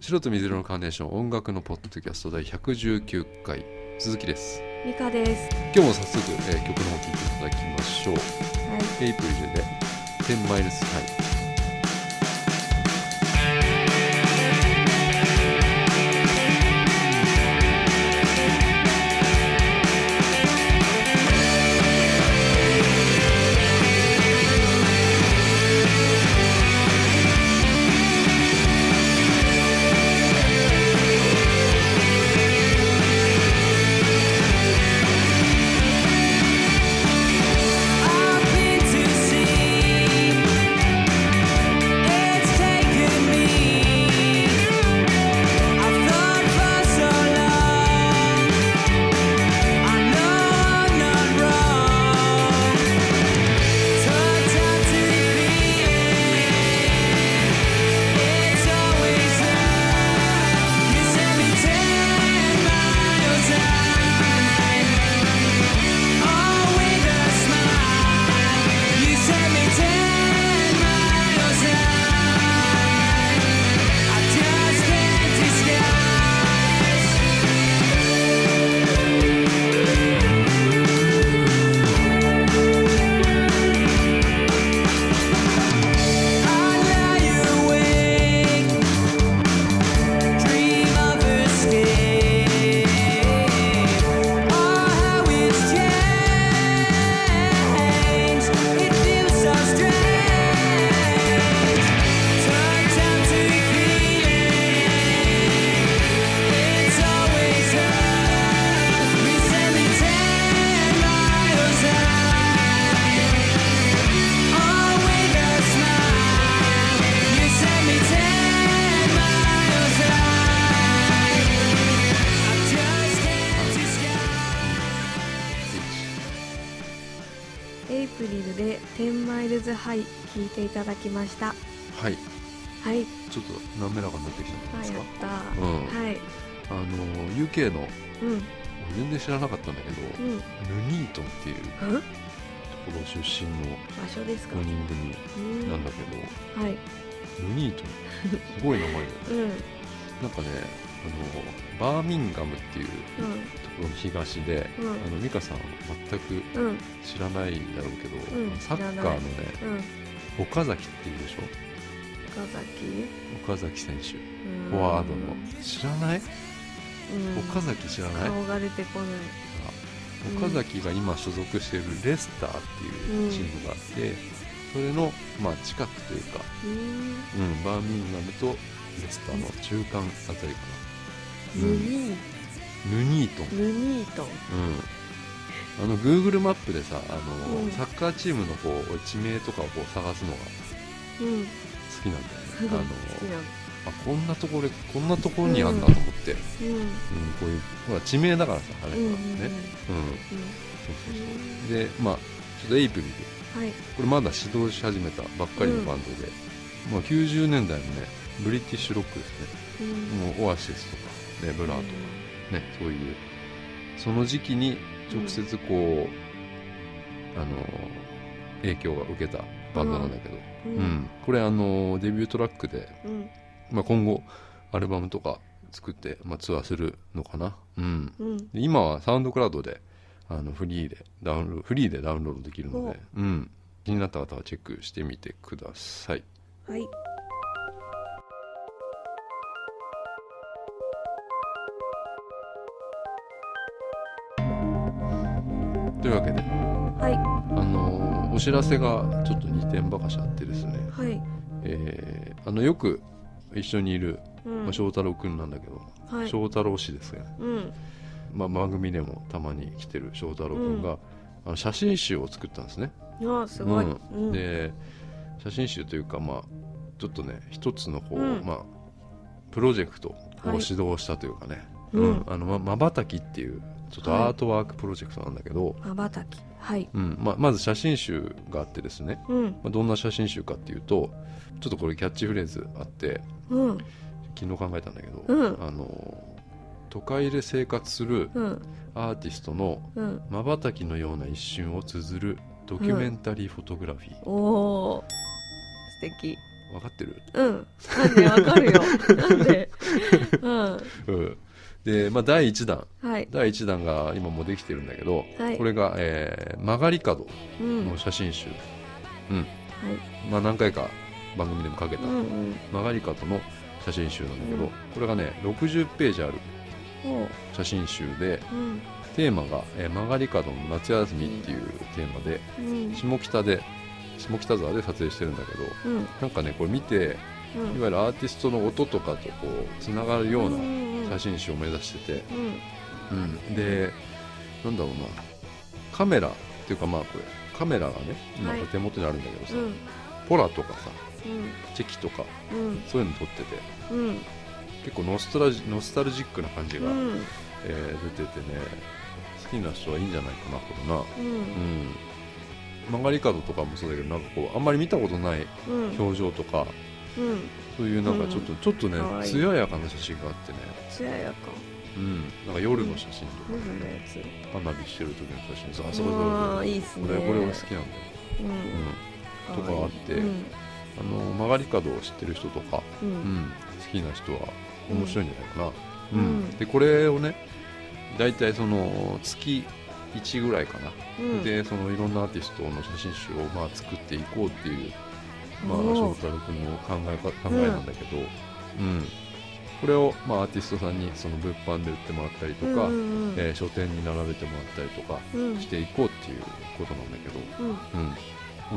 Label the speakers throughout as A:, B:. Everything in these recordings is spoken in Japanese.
A: 白と水色のカーネーション音楽のポッドキャスト第119回鈴木です
B: ミカです。
A: 今日も早速、えー曲の方聴いていただきましょう
B: はい。
A: エイプリルで10マイルスカイ
C: Ten miles high. I just can't disguise. I lie awake, dream of escape. Oh, how it's changed! It feels so strange. Turns out to be it's always us. We send me ten miles high, all with a smile. You send me ten miles high. I just can't disguise.
B: エイプリルで10マイルズハイ聞いていただきました。
A: はい
B: はい。
A: ちょっと滑らかになってきたんじ
B: あや
A: ゃないですか
B: った。
A: うん
B: はい。
A: あのー UK の
B: うん。うん。
A: 全然知らなかったんだけど、ルニートンっていうと
B: うん。
A: ころ出身の
B: 場所ですか。
A: 5人組
B: うん
A: なんだけど、
B: はい。
A: ルニートンすごい名前だよね
B: うん。うん。
A: なんかねあのバーミンガムっていうところの東で、
B: うん
A: あの美香さん全く
B: うん。うん。
A: 知らないだろうけど、
B: うん
A: サッカーのね岡崎っていうでしょ
B: 岡崎。
A: 岡崎選手
B: うん
A: フォワードの知らない
B: うん。
A: 岡崎知らない
B: 顔が出てこない。うん
A: 岡崎が今所属しているレスターっていうチームがあって、それの、まあ、近くというか、
B: うん。
A: うん、バーミンガムとレスターの中間あたりか
B: ル
A: な、うん、
B: ニ
A: ヌニートン
B: ー。ルニートン。
A: うん、あの Google マップでさあの、
B: うん
A: サッカーチームのこう地名とかをこう探すのが
B: うん。
A: 好きなんだよね
B: 好き
A: あの
B: なの。
A: あこんなところこんなところにあんだと思って、うん
B: うん。
A: こういうほら地名だからさあれは
B: う
A: ね、
B: ん。う
A: うんんそうそうそうでまあちょっとエイプリル
B: うん。はい。
A: これまだ始動し始めたばっかりのバンドで、まあ、90年代のねブリティッシュロックです
B: うん
A: ねもうオアシスとかレブラーとかね、そういうその時期に直接こう、あの影響が受けたバンドなんだけど、
B: う
A: うんんこれあのデビュートラックで、
B: うん
A: まあ、今後アルバムとか作って、まあ、ツアーするのかな、うん、
B: うん
A: で今はサウンドクラウドであのフリーでダウンロードフリーでダウンロードできるので、うん、気になった方はチェックしてみてください
B: はい
A: というわけで、
B: はい
A: あのお知らせがちょっと2点ばかしあってですね、
B: はい
A: えーあのよく一緒にいる、
B: うん
A: まあ、翔太郎くんなんだけど、
B: はい
A: 翔太郎氏ですね、
B: うん
A: まあ、番組でもたまに来てる翔太郎くんが、あの写真集を作ったんですね、
B: ああすごい
A: うん
B: うん
A: で写真集というか、まあ、ちょっとね一つのこう、
B: うん
A: まあ、プロジェクトを
B: はい
A: 指導したというかね、
B: うん
A: うんあのままばたきっていうちょっとアートワークプロジェクトなんだけど、
B: まばたきはい
A: うんまあ、まず写真集があってですね、
B: うん
A: まあ、どんな写真集かっていうとちょっとこれキャッチフレーズあって
B: うん
A: 昨日考えたんだけど、
B: うん
A: あの都会で生活する
B: うん
A: アーティストの
B: うん
A: まばたきのような一瞬を綴るドキュメンタリーフォトグラフィー、
B: おお素敵
A: 分かってる
B: うんなんでわかるよなんで
D: うん
A: うんで、まあ、第1弾
D: はい
A: 第1弾が今もうできてるんだけど、
D: はい
A: これが、えー曲がり角
D: うんは
A: の
D: い
A: 写真集、まあ、何回か番組でもかけた、
D: うんうん
A: 曲がり角の写真集なんだけど、
D: うん
A: これがね60ページある
D: ほ
A: 写真集で
D: ううん
A: テーマが、えー曲がり角の夏休み」っていうテーマで
D: うん
A: 下北で下北沢で撮影してるんだけど
D: うん
A: なんかねこれ見て
D: う
A: い
D: ん
A: わゆるアーティストの音とかとこうつながるような写
D: 真
A: 真集を目指してて、
D: うん
A: うん、でなんだろうなカメラっていうかまあこれカメラがね今
D: はい
A: 手元にあるんだけどさ、
D: うん
A: ポラとかさ
D: うん
A: チェキとか
D: うん
A: そういうの撮ってて
D: うん
A: 結構ノストラジノスタルジックな感じが、
D: うん
A: えー出ててね好きな人はいいんじゃないかなこれなう
D: う
A: んん曲がり角とかもそうだけどなんかこうあんまり見たことない
D: うん
A: 表情とか、
D: うん
A: そういうなんかちょっと、ちょっとね
D: かわいい
A: 艶やかな写真があってね、
D: 艶やか
A: うん、なんか夜の写真とか
D: 無理のやつ
A: 花火してる時の写真そうあそこそこ
D: ああいいっす
A: こ
D: ね
A: れこれ俺好きなんだよ、
D: う
A: う
D: ん
A: ん、とかあって、
D: うん
A: あの曲がり角を知ってる人とか、
D: う
A: うんん、好きな人は面白いんじゃないかな、うん
D: うん
A: でこれをね大体その月1ぐらいかな、
D: うん
A: でそのいろんなアーティストの写真集をまあ作っていこうっていう、まあ、
D: お
A: 翔
D: ー
A: 太郎君の考えか考えなんだけど、うんこれを、まあ、アーティストさんにその物販で売ってもらったりとか、
D: うんうんうん
A: えー書店に並べてもらったりとか
D: うん
A: していこうっていうことなんだけど、
D: うん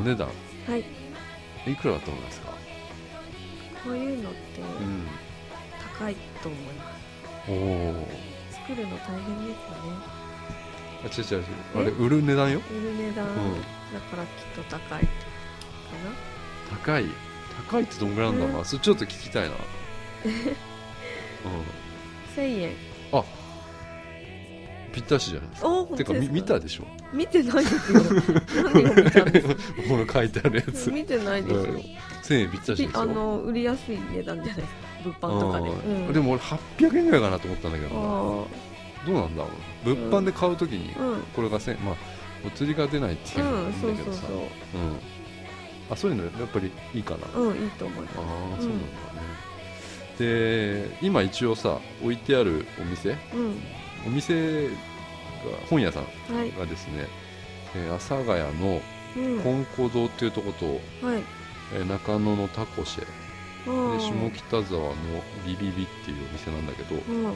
A: うん、お値段
D: はい
A: いくらだと思いますか、
D: こういうのって高いと思います
A: おお
D: 作るの大変ですよ
A: あ違う違
D: ね
A: う違うあれ売る値段よ
D: 売る
A: う
D: 値段
A: ん
D: だからきっと高いか
A: 高い高いってどんぐらいなんだろうな、
D: う
A: それちょっと聞きた いな
D: な1000円
A: うんあぴったしじゃないですか
D: おお
A: てかみ見た でしょ
D: 見てないですよ何を見たんで
A: この書いてあるや
D: す
A: つ
D: か見てないですよ
A: 1000円ぴったしですよ
D: あの売りやすい値段じゃないですか物販とかで、
A: うん
D: うん、
A: でも俺800円ぐらいかなと思ったんだけどな
D: あ
A: どうなんだろうな物販で買うときに
D: あうん
A: これが1000まあお釣りが出ないっていうのも
D: うん
A: いい
D: そ
A: ん
D: う
A: だけ
D: そ
A: ど
D: う
A: さ
D: そ
A: うんあそういうのやっぱりいいかな
D: ううんいいと思います
A: ああ
D: うん
A: そうなんだね、で今一応さ置いてあるお店
D: うん
A: お店が本屋さん
D: はい
A: がですね、えー阿佐ヶ谷の
D: うん
A: 金光堂っていうとこと、
D: はい
A: えー中野のタコシェで
D: あー
A: 下北沢のビビビっていうお店なんだけど、
D: うん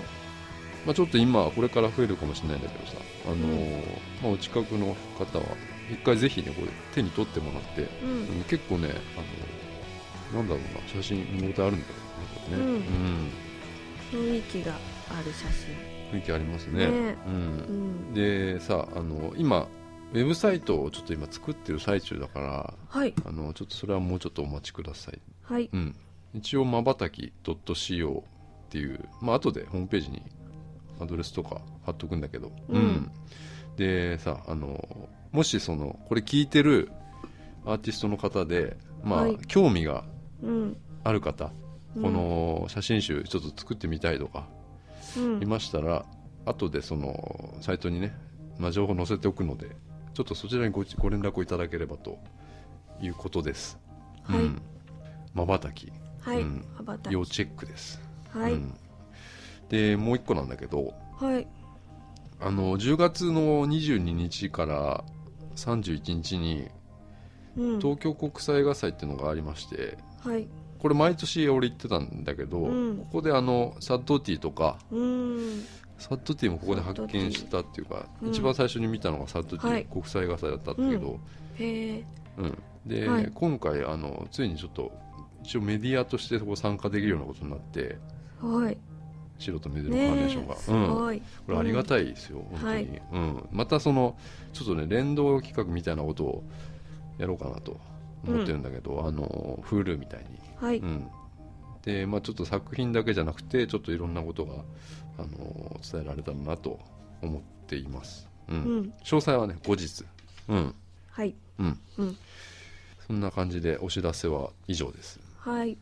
A: まあ、ちょっと今これから増えるかもしれないんだけどさ、あのーまあ、お近くの方は一回ぜひねこれ手に取ってもらって、
D: うん
A: うん結構ねあのなんだろうな写真見応えあるんだよねこれね、
D: うん
A: うん
D: 雰囲気がある写
A: 雰囲気ありますね
D: ね
A: う、
D: 真うんん
A: でさあの今ウェブサイトをちょっと今作ってる最中だから
D: はい
A: あのちょっとそれはもうちょっとお待ちください、
D: はい
A: うん、一応まばたき .co っていうまあ後でホームページにアドレスとか貼っとくんだけど、
D: うん
A: でさあのもしそのこれ聞いてるアーティストの方でまあ、
D: はい
A: 興味が
D: うん
A: ある方
D: うん
A: この写真集ちょっと作ってみたいとか
D: うん
A: いましたら、後でそのサイトにね、まあ、情報載せておくのでちょっとそちらにごご連絡をいただければということです
D: はい
A: まばたき
D: はいう羽ばたき
A: 要チェックです、
D: はい
A: うんでもう一個なんだけど
D: はい
A: あの10月の22日から31日に
D: うん
A: 東京国際映画祭っていうのがありまして
D: はい
A: これ毎年俺行ってたんだけど、
D: うん
A: ここであのサッドティとか
D: うん
A: サッドティもここで発見したっていうか、
D: うん
A: 一番最初に見たのがサッドテ
D: は
A: ィ
D: い
A: 国際映画祭だったんだけど、
D: へえ
A: うんで、
D: はい
A: 今回あのついにちょっと一応メディアとしてそこ参加できるようなことになって
D: はい
A: 白と緑のカーネー
D: ね
A: ションが、
D: えす
A: うん、
D: ごい
A: これありがたいですよ、本当に、うん、またそのちょっとね連動企画みたいなことをやろうかなと思ってるんだけど、あの Hulu みたいに
D: はいう
A: うん、で、まあ、ちょっと作品だけじゃなくてちょっといろんなことが、あのー伝えられたらなと思っています、うん
D: うん
A: 詳細はね後日うん
D: はい
A: うん
D: うん
A: そんな感じでお知らせは以上です
D: はい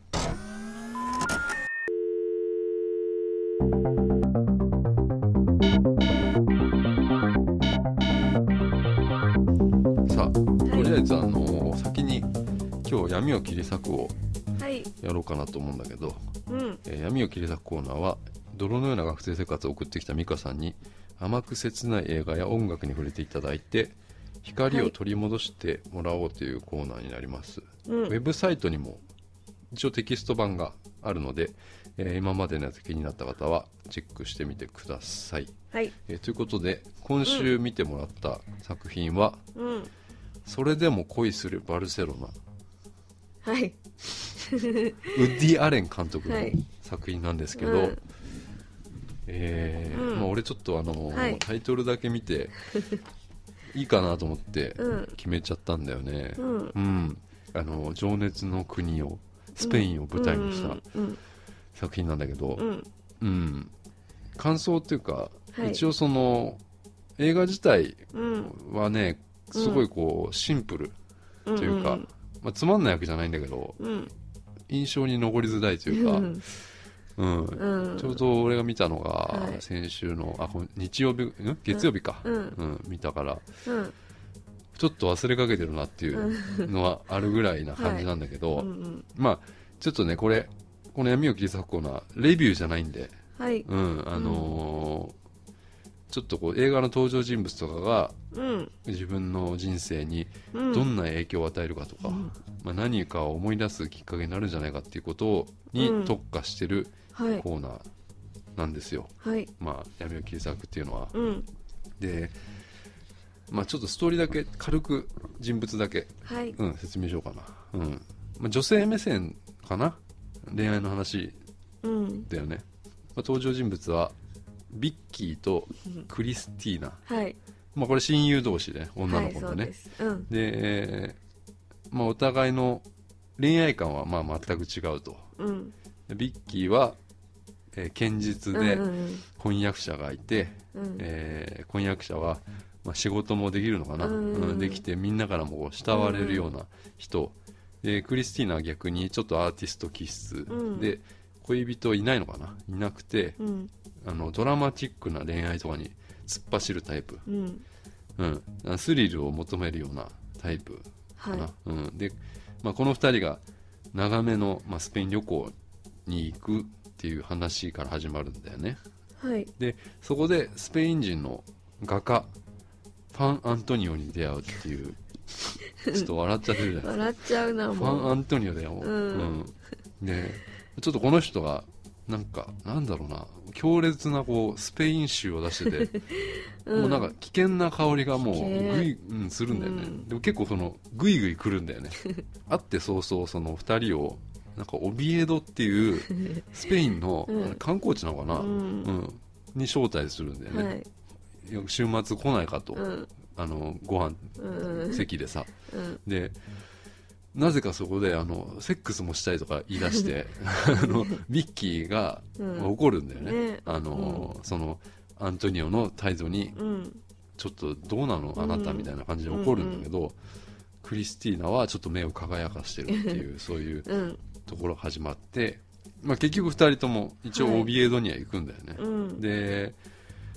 A: さあ
D: は
A: とりあ
D: い
A: えず、あのー先に今日闇を切り裂くを
D: はい
A: やろうかなと思うんだけど、
D: うん
A: えー闇を切り裂くコーナーは泥のような学生生活を送ってきた美香さんに甘く切ない映画や音楽に触れていただいて光を取り戻してもらおうというコーナーになります、
D: うん
A: ウェブサイトにも一応テキスト版があるので、えー今までのやつ気になった方はチェックしてみてください、
D: はい
A: えーということで今週見てもらった作品は
D: うん
A: 「それでも恋するバルセロナ」
D: はい
A: ウッディ・アレン監督の
D: はい
A: 作品なんですけど、
D: うん
A: えー
D: うん
A: まあ、俺ちょっとあの、
D: はい
A: タイトルだけ見 ていいかなと思って
D: うん
A: 決めちゃったんだよね
D: う、ん
A: うんあの情熱の国をスペインを舞台にした
D: うん
A: 作品なんだけど、
D: うんうん
A: うん感想っていうか、
D: はい
A: 一応その映画自体
D: うん
A: はねすごいこうシンプル、
D: うん
A: というかまあ、つまんないわけじゃないんだけど
D: うん
A: 印象に残りづらいというか、
D: うん
A: うん、
D: うん
A: ちょうど俺が見たの
D: は
A: が
D: い
A: 先週の、あこん日曜日ん月曜日か、
D: うん
A: 見たから
D: うん
A: ちょっと忘れかけてるなっていううんのはあるぐらいな感じなんだけど、
D: うんうん
A: まあちょっとねこれこの闇を切り裂くコーナーレビューじゃないんで、
D: はい
A: うんあのーちょっとこう映画の登場人物とかが
D: うん
A: 自分の人生に
D: うん
A: どんな影響を与えるかとか、
D: うん
A: まあ、何かを思い出すきっかけになるんじゃないかっていうことに
D: うん
A: 特化してる
D: はい
A: コーナーなんですよ。
D: はい
A: まあ、闇を切り裂くっていうのは。
D: うん
A: で、まあ、ちょっとストーリーだけ軽く人物だけ、
D: はい
A: うん、説明しようかな、うんまあ、女性目線かな恋愛の話
D: うん
A: だよね、まあ、登場人物はビッキーと
D: うん
A: クリスティーナ、
D: はい
A: まあ、これ親友同士で女
D: は
A: の
D: い
A: 子
D: そ
A: の
D: う
A: ね、
D: ですうん
A: で、えーまあ、お互いの恋愛観はまあ全く違うと
D: うん
A: でビッキーは、えー堅実
D: うんう
A: で
D: ん
A: 婚約者がいて、
D: うん
A: えー婚約者は、まあ、仕事もできるのかな、
D: うん
A: うんできてみんなからもこう慕われるような人、でクリスティーナは逆にちょっとアーティスト気質、
D: うん
A: で恋人いないのかないなくて
D: うん
A: あのドラマチックな恋愛とかに突っ走るタイプ、
D: うん
A: うん、スリルを求めるようなタイプ
D: は
A: か
D: い
A: な、うん、で、まあ、この2人が長めの、まあ、スペイン旅行に行くっていう話から始まるんだよね。
D: はい
A: でそこでスペイン人の画家ファン・アントニオに出会うっていう ちょっと笑っちゃってるじゃない
D: 笑っちゃうな
A: ですかファン・
D: も
A: ア
D: う
A: ントニオだよもう、
D: うん
A: うんでちょっとこの人がなんかなんだろうな強烈なこうスペイン臭を出して て、もうなんか危険な香りがもう
D: 危険
A: グイ、うん、するんだよね、
D: うん
A: でも結構そのグイグイ来るん だよね会って早々その2人をなんかオビエドっていうスペインの
D: うん
A: あれ観光地なのかな、
D: うん
A: うん、に招待するんだよね、
D: はい
A: いや週末来ないかと、
D: うん
A: あのご飯
D: うん
A: 席でさ、
D: うん
A: でなぜかそこであのセックスもしたいとか言い出して あのビッキーが、
D: うん
A: まあ怒るんだよね
D: ね
A: あの、そのアントニオの態度に
D: うん
A: ちょっとどうなのあなた
D: うん
A: みたいな感じで怒るんだけど、クリスティーナはちょっと目を輝かしてるって いうそういう
D: うん
A: ところが始まって、まあ、結局2人とも一
D: は
A: 応
D: い
A: オビエドには行くんだよね、
D: うん
A: で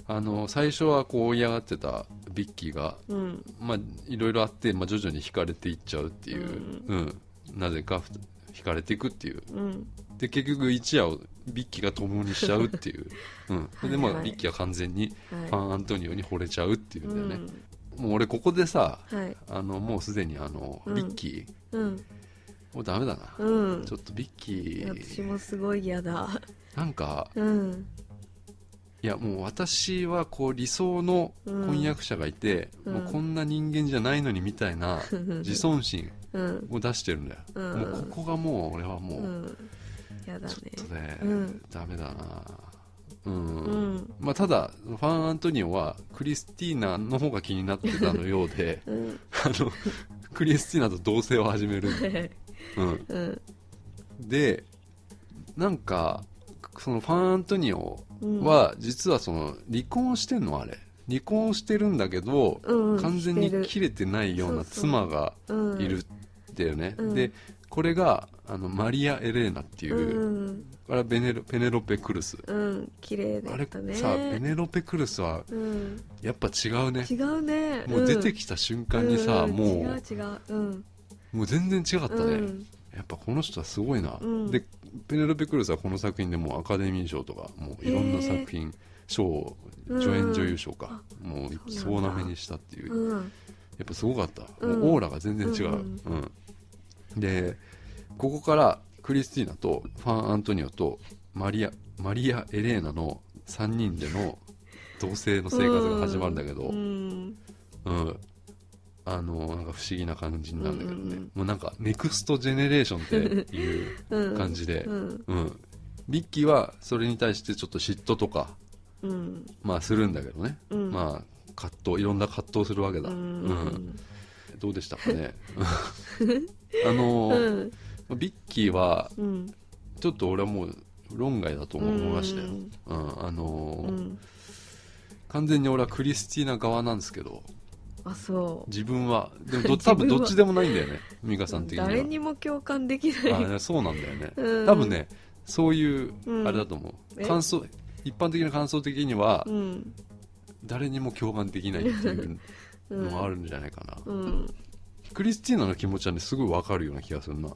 A: あの最初はこう嫌がってたビッキーが、
D: うん
A: まあ、いろいろあって、まあ、徐々に惹かれていっちゃうっていう、
D: う
A: うんなぜかふた惹かれていくっていう
D: うん
A: で結局一夜をビッキーが共にしちゃうって いう、うん、で、ま
D: はいは
A: あ、
D: い
A: ビッキーは完全に
D: はい
A: ファン・アントニオに惚れちゃうっていうんだよね、
D: ね
A: もう俺ここでさ
D: はい
A: あのもうすでにあの、
D: うん
A: ビッキ
D: う
A: ー
D: ん
A: もうダメだな、
D: うん
A: ちょっとビッキ
D: 私
A: ー
D: もすごい嫌だ
A: なんか
D: うん
A: いやもう私はこう理想の婚約者がいて、
D: うん
A: もうこんな人間じゃないのにみたいな自尊心
D: うん
A: を出してるんだよ、
D: うん
A: もうここがもう俺はも
D: う
A: うん
D: 嫌だね
A: ちょっとね、
D: うん
A: ダメだなうん、
D: うん
A: まあ、ただファン・アントニオはクリスティーナの方が気になってたのよう で
D: うん
A: あのクリスティーナと同棲を始める、うん、
D: うん
A: でなんかそのファン・アントニオ
D: うん
A: は実はその離婚してんのあれ離婚してるんだけど、
D: うん
A: 完全に
D: して
A: 切れてないような妻が
D: るうん
A: いるんだよね、
D: うん
A: でこれがあのマリア・エレーナっていう、
D: うん
A: これはベネロペネロペ・クルス、
D: うん綺麗だ
A: あ
D: っ
A: れ
D: たね
A: さベネロペ・クルスは
D: うん
A: やっぱ違うね
D: 違うね
A: もう出て
D: き
A: きた瞬間にさ、もう
D: 違う違ううん
A: もう全然違かったね、
D: うん
A: やっぱこの人はすごいな、
D: うん
A: でペネロペ・クルスはこの作品でもうアカデミー賞とかもういろんな作品賞を
D: うん
A: 助演女優賞か、もう
D: そう
A: 総
D: なんだ
A: なめにしたっていう、や
D: うん
A: っぱすごかった、
D: うん
A: もうオーラが全然違う、う
D: うん
A: でここからクリスティーナとファン・アントニオとマリアマリア・エレーナの3人での同棲の生活が始まるんだけど、
D: うん
A: うん、あのなんか不思議な感じになるんだけどね、
D: うんうんうん
A: もうなんかネクストジェネレーションっていう
D: うん
A: 感じで、う
D: うんん
A: ビッキーはそれに対してちょっと嫉妬とか、
D: うん
A: まあ、するんだけどね、
D: うん
A: まあ葛藤いろんな葛藤するわけだ、
D: う
A: うん
D: ん
A: どうでしたか ねあの
D: う、ん
A: ビッキーは
D: うん
A: ちょっと俺はもう論外だと思いましたよ、
D: うん
A: うんあの
D: うん
A: 完全に俺はクリスティーナ側なんですけど
D: あそう
A: 自分はでもど
D: 自分
A: 多
D: は
A: 分どっちでもないんだよね美香さん的には
D: 誰にも共感でき
A: あ
D: ない
A: ねそうなんだよね、
D: うん
A: 多分ねそういう
D: うん
A: あれだと思う、
D: え
A: 感想一般的な感想的には
D: うん
A: 誰にも共感できないっていうのがあるんじゃないかな、
D: うん
A: クリスティーナの気持ちはねすぐ分かるような気がするない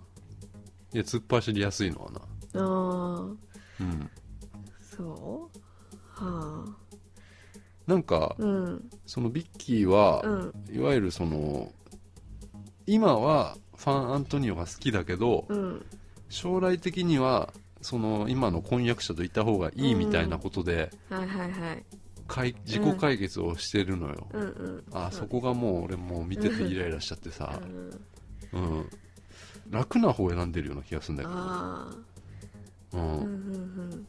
A: や突っ走りやすいのはな
D: あ
A: うん
D: あそうはあ
A: なんか、
D: うん
A: そのビッキーは
D: う、ん
A: いわゆるその今はファン・アントニオが好きだけど、
D: うん
A: 将来的にはその今の婚約者といた方がいいみたいなことで、
D: はいはいはい
A: かい自己解決をしてるのよ、
D: うんうん
A: あそこがもう俺もう見ててイライラしちゃって
D: う
A: さ、
D: ん
A: うん、楽な方選んでるような気がするんだけ
D: あ
A: ど、
D: あう
A: うん、
D: うんん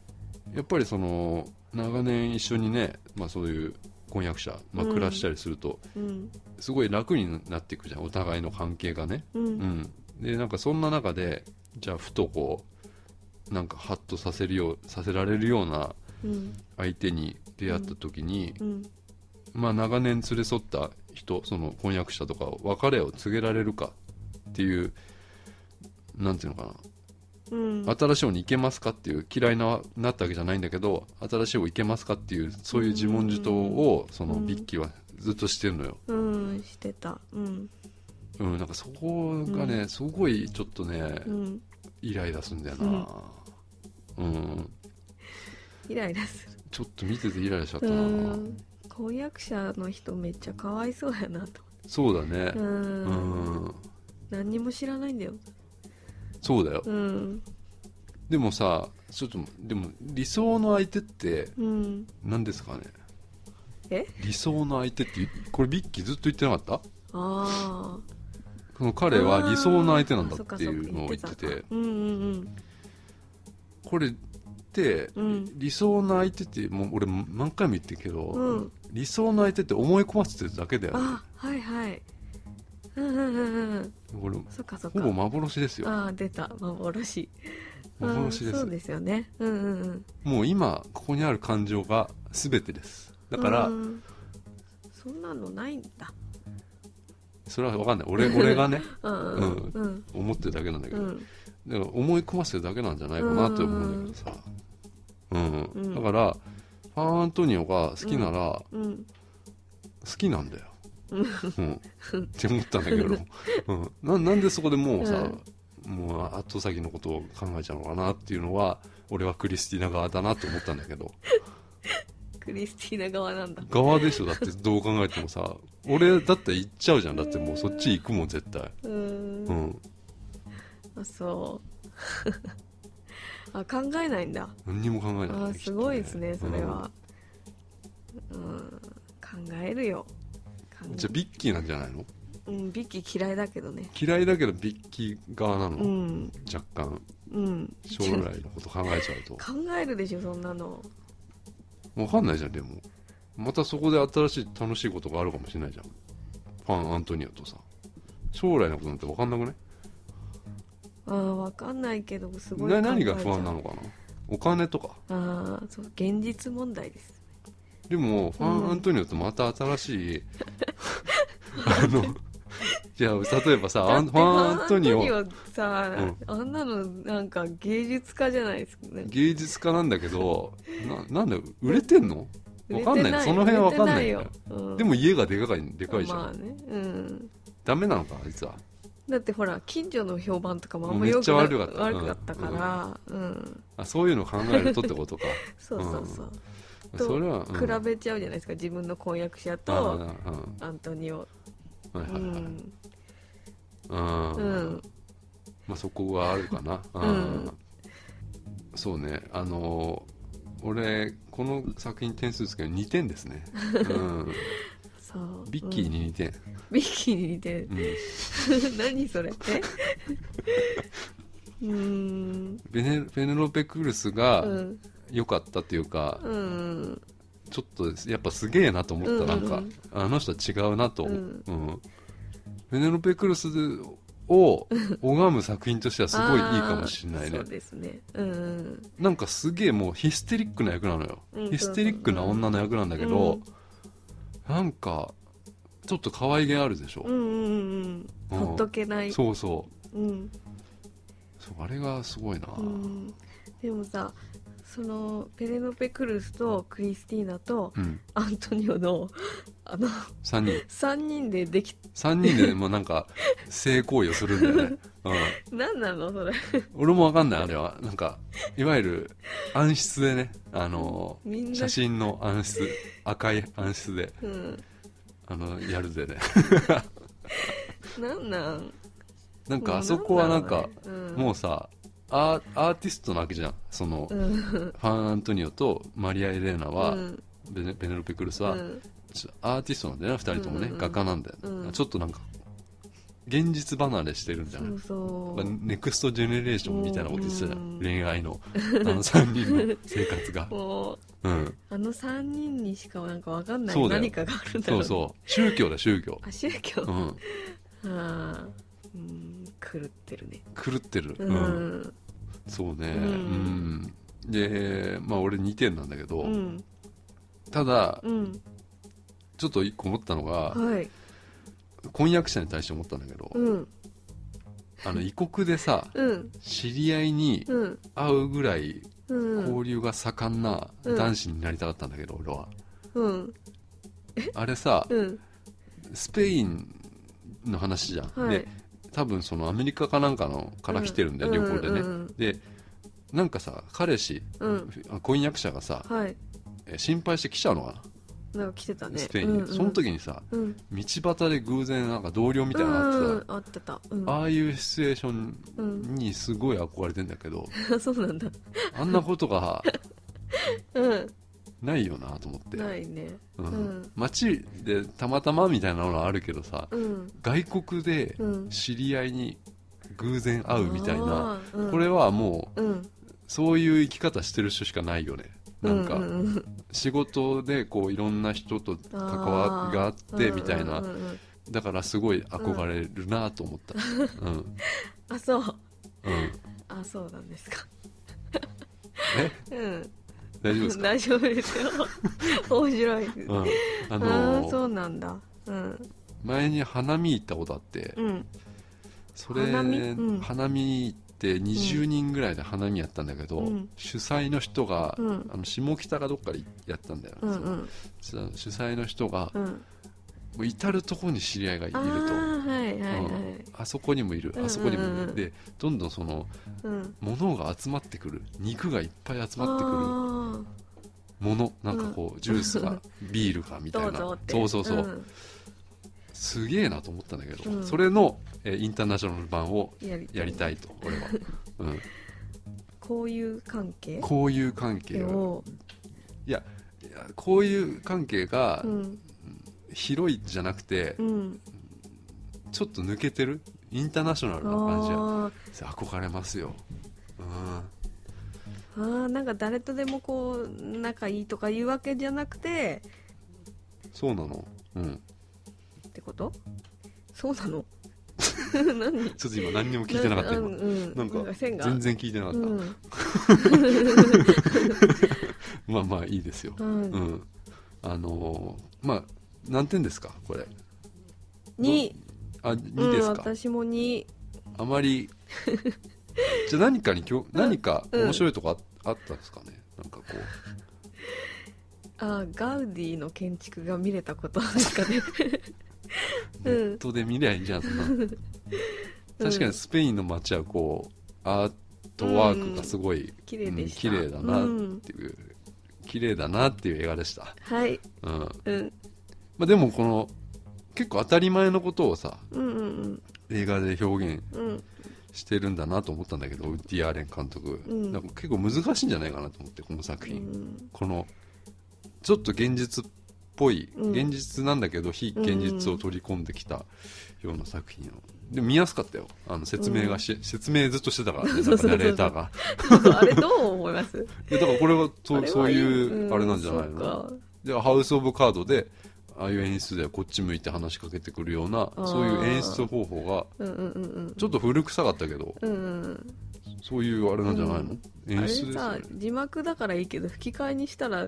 A: やっぱりその長年一緒にね、まあ、そういう婚約者、まあ、
D: うん
A: 暮らしたりすると
D: うんうん
A: すごい楽になっていくじゃんお互いの関係がね、
D: う
A: うんん、でなんかそんな中でじゃあふとこうなんかハッとさせるようさせられるような
D: うん
A: 相手に出会った時に、
D: うん
A: まあ、長年連れ添った人その婚約者とかを別れを告げられるかっていうなんていうのか
D: うん
A: な新しい方に行けますかっていう嫌いななったわけじゃないんだけど新しい方行けますかっていうそういう自問自答をその
D: うん
A: ビッキーはずっとしてるのよ、
D: うんしてたうん
A: うん、なんかそこがね、すごいちょっとね
D: うん
A: イライラするんだよなうん
D: イライラす
A: ちょっと見ててイライラしちゃった
D: るう
A: な、
D: ん婚約者の人めっちゃかわいそうやなと
A: そうだね
D: う
A: うん、
D: ん何にも知らないんだよ
A: そうだよ
D: うん
A: でもさちょっとでも理想の相手って
D: うん
A: 何ですかね
D: え
A: 理想の相手ってこれビッキーずっと言ってなかった
D: ああ
A: その彼は理想の相手なんだっていうのを言って
D: あーそかそ
A: て
D: かうんうん
A: これって、
D: うん
A: 理想の相手ってもう俺何回も言ってるけど、
D: うんうん
A: 理想の相手って思い込ませてるだけだよ、ね、
D: あはいはいうんうんうんうん
A: 俺ほ
D: そっかそっか
A: ぼ幻ですよ
D: ああ出た幻
A: 幻で
D: う
A: す
D: んそうですよねうんうんうん
A: もう今ここにある感情が全てですだから、
D: うんそんなのないんだ
A: それは分かんない 俺俺がね
D: うん
A: うん
D: うん
A: 思ってるだけなんだけ
D: う
A: ど、
D: ん
A: だから思い込ませてるだけなんじゃないかなと思うんだけどさ、うん
D: うん
A: だからファン・アントニオが好きなら
D: うん
A: 好きなんだよ、
D: うん
A: うん、って思ったんだけ ど、うん、ななんでそこでもうさ、もう後先のことを考えちゃうのかなっていうのは俺はクリスティーナ側だなと思ったんだけど
D: クリスティーナ側なんだ
A: 側でしょだってどう考えてもさ俺だったら行っちゃうじゃんだってもうそっち行くもん絶対、
D: う
A: うんん、
D: あそう。 あ考えないんだ。
A: 何にも考えない、き
D: あ
A: っと
D: すごいですねそれは。うん考えるよ。考
A: うん
D: え
A: じゃあビッキーなんじゃないの
D: うんビッキー嫌いだけどね。
A: 嫌いだけどビッキー側なの、
D: うん
A: 若干
D: うん。
A: 将来のこと考えちゃうと
D: 考えるでしょそんなの。
A: 分かんないじゃんでもまたそこで新しい楽しいことがあるかもしれないじゃんファン・アントニオとさ将来のことなんて分かんなくね
D: あわかんないけどすごい
A: な
D: 考
A: 何
D: えちゃ
A: が
D: う
A: 不安なのかなお金とか
D: あそう現実問題です。
A: でもファン・アントニオとまた新しい、あのじゃあ例えばさ
D: だ
A: あ
D: っ
A: ん
D: て
A: ファン・アントニオ
D: ファンアントニオさ、
A: うん
D: あんなのなんか芸術家じゃないですかね。
A: 芸術家なんだけどななんだ売れてんの分かんない
D: 売れて
A: その辺は分かんない
D: 売れ
A: よ
D: てないよ。うん
A: でも家がでかいでかいじゃん、
D: まあね、うん。
A: ダメなのかあいつは
D: だってほら近所の評判とかもあんま良くな
A: めっちゃ悪かった
D: 悪かったから、うん
A: あそういうの考えるとってことか
D: そうそうそう、 と
A: それは、うん
D: 比べちゃうじゃないですか自分の婚約
A: あ
D: 者
A: ー
D: と
A: なうん
D: アントニオ
A: はいうはいはい
D: ん
A: あ
D: う
A: ー
D: ん
A: まあそこはあるかな、
D: ん
A: うんそうねあのー俺この作品点数ですけど2点です ね、うん、
D: そう
A: ビッキー
D: うん
A: に2点、
D: ビッキーに似てる
A: うん
D: 何それ ってうーん
A: ベネベネロペ・クルスが
D: うん
A: 良かったというか、
D: うん
A: ちょっとやっぱすげえなと思った、なんか、
D: うん
A: あの人は違うなと思う、
D: うん
A: うんベネロペ・クルス を拝む作品としてはすごいいいかもしれない
D: あ
A: ね
D: ーそうですねうん
A: なんかすげえもうヒステリックな役なのよ、
D: うん
A: ヒステリックな女の役なんだけど、なんかちょっと可愛げあるでしょ
D: うん、うんうんうんほっとけない
A: そうそう
D: うん
A: そうあれがすごいな、
D: うんでもさそのペレノペ・クルスとクリスティーナと
A: うん、
D: アントニオのあの
A: 3人
D: 3人ででき
A: 3人でもうなんか性行為をするんだ よね、うん、
D: 何なのそれ
A: 俺もわかんないあれはなんかいわゆる暗室でねあの
D: みんな
A: 写真の暗室赤い暗室で
D: うん
A: あのやるで ね
D: 何なん
A: なんかあそこはなんかも
D: も
A: うさアーアーティストなわけじゃんその、
D: うんうん
A: ファン・アントニオとマリア・エレーナは、
D: うん
A: ベネベネロペ・クルスは、
D: うん
A: ちょっとアーティストなんだよな2人ともね、
D: うんうんうん
A: 画家なんだよ、
D: うん
A: ちょっとなんか現実離れしてるんじゃない
D: そうそう
A: まあネクストジェネレーションみたいなこと言ってたじゃん、
D: うん
A: 恋愛 のあの3人の生活が、
D: もう
A: うん、
D: あの3人にしかなんか分かんな
A: そ
D: いう
A: だよ
D: 何かがあるんだ
A: そ
D: ろ
A: ううそう宗教だ宗教、
D: あ宗教、
A: う
D: あ
A: ん、
D: あうん狂ってるね
A: 狂ってる、
D: う
A: うん
D: ん
A: そうね
D: う
A: うん
D: ん、
A: でまあ俺2点なんだけど、
D: うん
A: ただ
D: うん
A: ちょっと1個思ったのが、
D: はい
A: 婚約者に対して思ったんだけど、
D: うん
A: あの異国でさ
D: うん
A: 知り合いに
D: うん
A: 会うぐらい
D: うん
A: 交流が盛んな
D: うん
A: 男子になりたかったんだけど、俺は
D: うん
A: あれさ、
D: うん
A: スペインの話じゃん、
D: はい
A: で多分そのアメリカかなんかのから来てるんだよ、
D: うん
A: 旅行でね、
D: うんうん
A: でなんかさ彼氏
D: うん
A: あ婚約者がさ
D: はい
A: え心配して来ちゃうのか
D: なんか来てた
A: な、
D: ね
A: スペインに、
D: うんうん
A: その時にさ
D: うん
A: 道端で偶然なんか同僚みたいなのあって
D: う
A: さ
D: ん、あってたうん
A: ああいうシチュエーション
D: うん
A: にすごい憧れてんだけど、
D: そうなんだ
A: あんなことが
D: うん
A: ないよなと思って、
D: ないね
A: うん
D: うん
A: 街でたまたまみたいなのはあるけどさ
D: うん
A: 外国で
D: うん
A: 知り合いに偶然会うみたいな、
D: あーうん
A: これはもう
D: うん
A: そういう生き方してる人しかないよねなん
D: う
A: か
D: ううん
A: 仕事でこういろんな人と関わ
D: あー
A: りがあってみたいな
D: うんうんうんうん
A: だからすごい憧れるなと思 ったうん、うん
D: あそうあそうなんですか
A: え
D: うん
A: 大丈夫です か、
D: 大丈夫ですよ面白いです、
A: うん、あ
D: あ
A: の
D: ーそうなんだうん
A: 前に花見行ったことあって
D: うん
A: それ
D: 花見うん
A: 花見行って20人ぐらいで花見やったんだけど、
D: うん
A: 主催の人が、
D: うん
A: あの下北がどっかでやったんだよ
D: う
A: な、
D: んうん
A: その主催の人が、
D: うん
A: もう至る所に知り合いがいる
D: あ
A: と
D: あーはいはいは
A: うん
D: い
A: あそこにもいる
D: うんうんうん
A: あそこにもいる、でどんどんその
D: うん
A: 物が集まってくる肉がいっぱい集まってくる
D: あ
A: ものなんかこう、ジュース がビールがみ
D: ー
A: た
D: ど
A: いうな
D: ぞって
A: そうそうそう、
D: ん
A: すげえなと思ったんだけど、
D: うん
A: それの、えーインターナショナル版を
D: やり
A: やりたいと俺 は、うん、
D: こういう関係
A: こういう関係を
D: を
A: いやこういう関係が
D: うん
A: 広いじゃなくて、
D: うん
A: ちょっと抜けてるインターナショナルな感じや
D: あ
A: 憧れますよ、うん、
D: ーあーなんか誰とでもこう仲いいとかいうわけじゃなくて
A: そうなの、うん、
D: ってことそう なの何
A: ちょっと今何にも聞いてなかった
D: うん
A: 今
D: うん、
A: なんか
D: 線が
A: 全然聞いてなかった、
D: うん
A: まあまあいいですよ、
D: うん
A: うん、あのーまあ何点ですかこれ
D: に
A: あ2ですか、
D: うん、私も2
A: あまり じゃあ何かにきょ何か
D: うん
A: 面白いとこああったんですかねなんかこう
D: あガウディの建築が見れたことですかねう
A: ネッ
D: ん
A: トで見りゃいいじゃんそんな 確かにスペインの街はこうアートワークがすごい
D: 綺麗でした、
A: うん綺麗だな
D: うん
A: っていう、綺麗だなっていう映画でした、
D: はい、
A: うんま
D: うん、
A: あ、でもこの結構当たり前のことをさ
D: うんうん
A: 映画で表現
D: うんうん
A: してるんだなと思ったんだけどウッディ・アーレン監督、
D: うん
A: なんか結構難しいんじゃないかなと思ってこの作
D: う
A: 品、
D: ん
A: このちょっと現実っぽい、
D: うん
A: 現実なんだけど非現実を取り込んできたような作品をでも見やすかったよあの説明がし、説明ずっとしてた からね
D: そ
A: な
D: う
A: ん
D: そうそう
A: かナレーターが
D: あれどう思います
A: いやだからこれは そ
D: あ
A: う
D: れは
A: そうい
D: ん
A: うあれなんじゃないの、
D: そうか
A: でハウス・オブ・カードでああいう演出ではこっち向いて話しかけてくるような
D: あー
A: そういう演出方法が
D: うんうんうんうん
A: ちょっと古臭かったけど
D: うんうん
A: そういうあれなんじゃないの、
D: うんあ
A: 演
D: れ
A: 出ですよ
D: さ
A: ね
D: 字幕だからいいけど吹き替えにしたら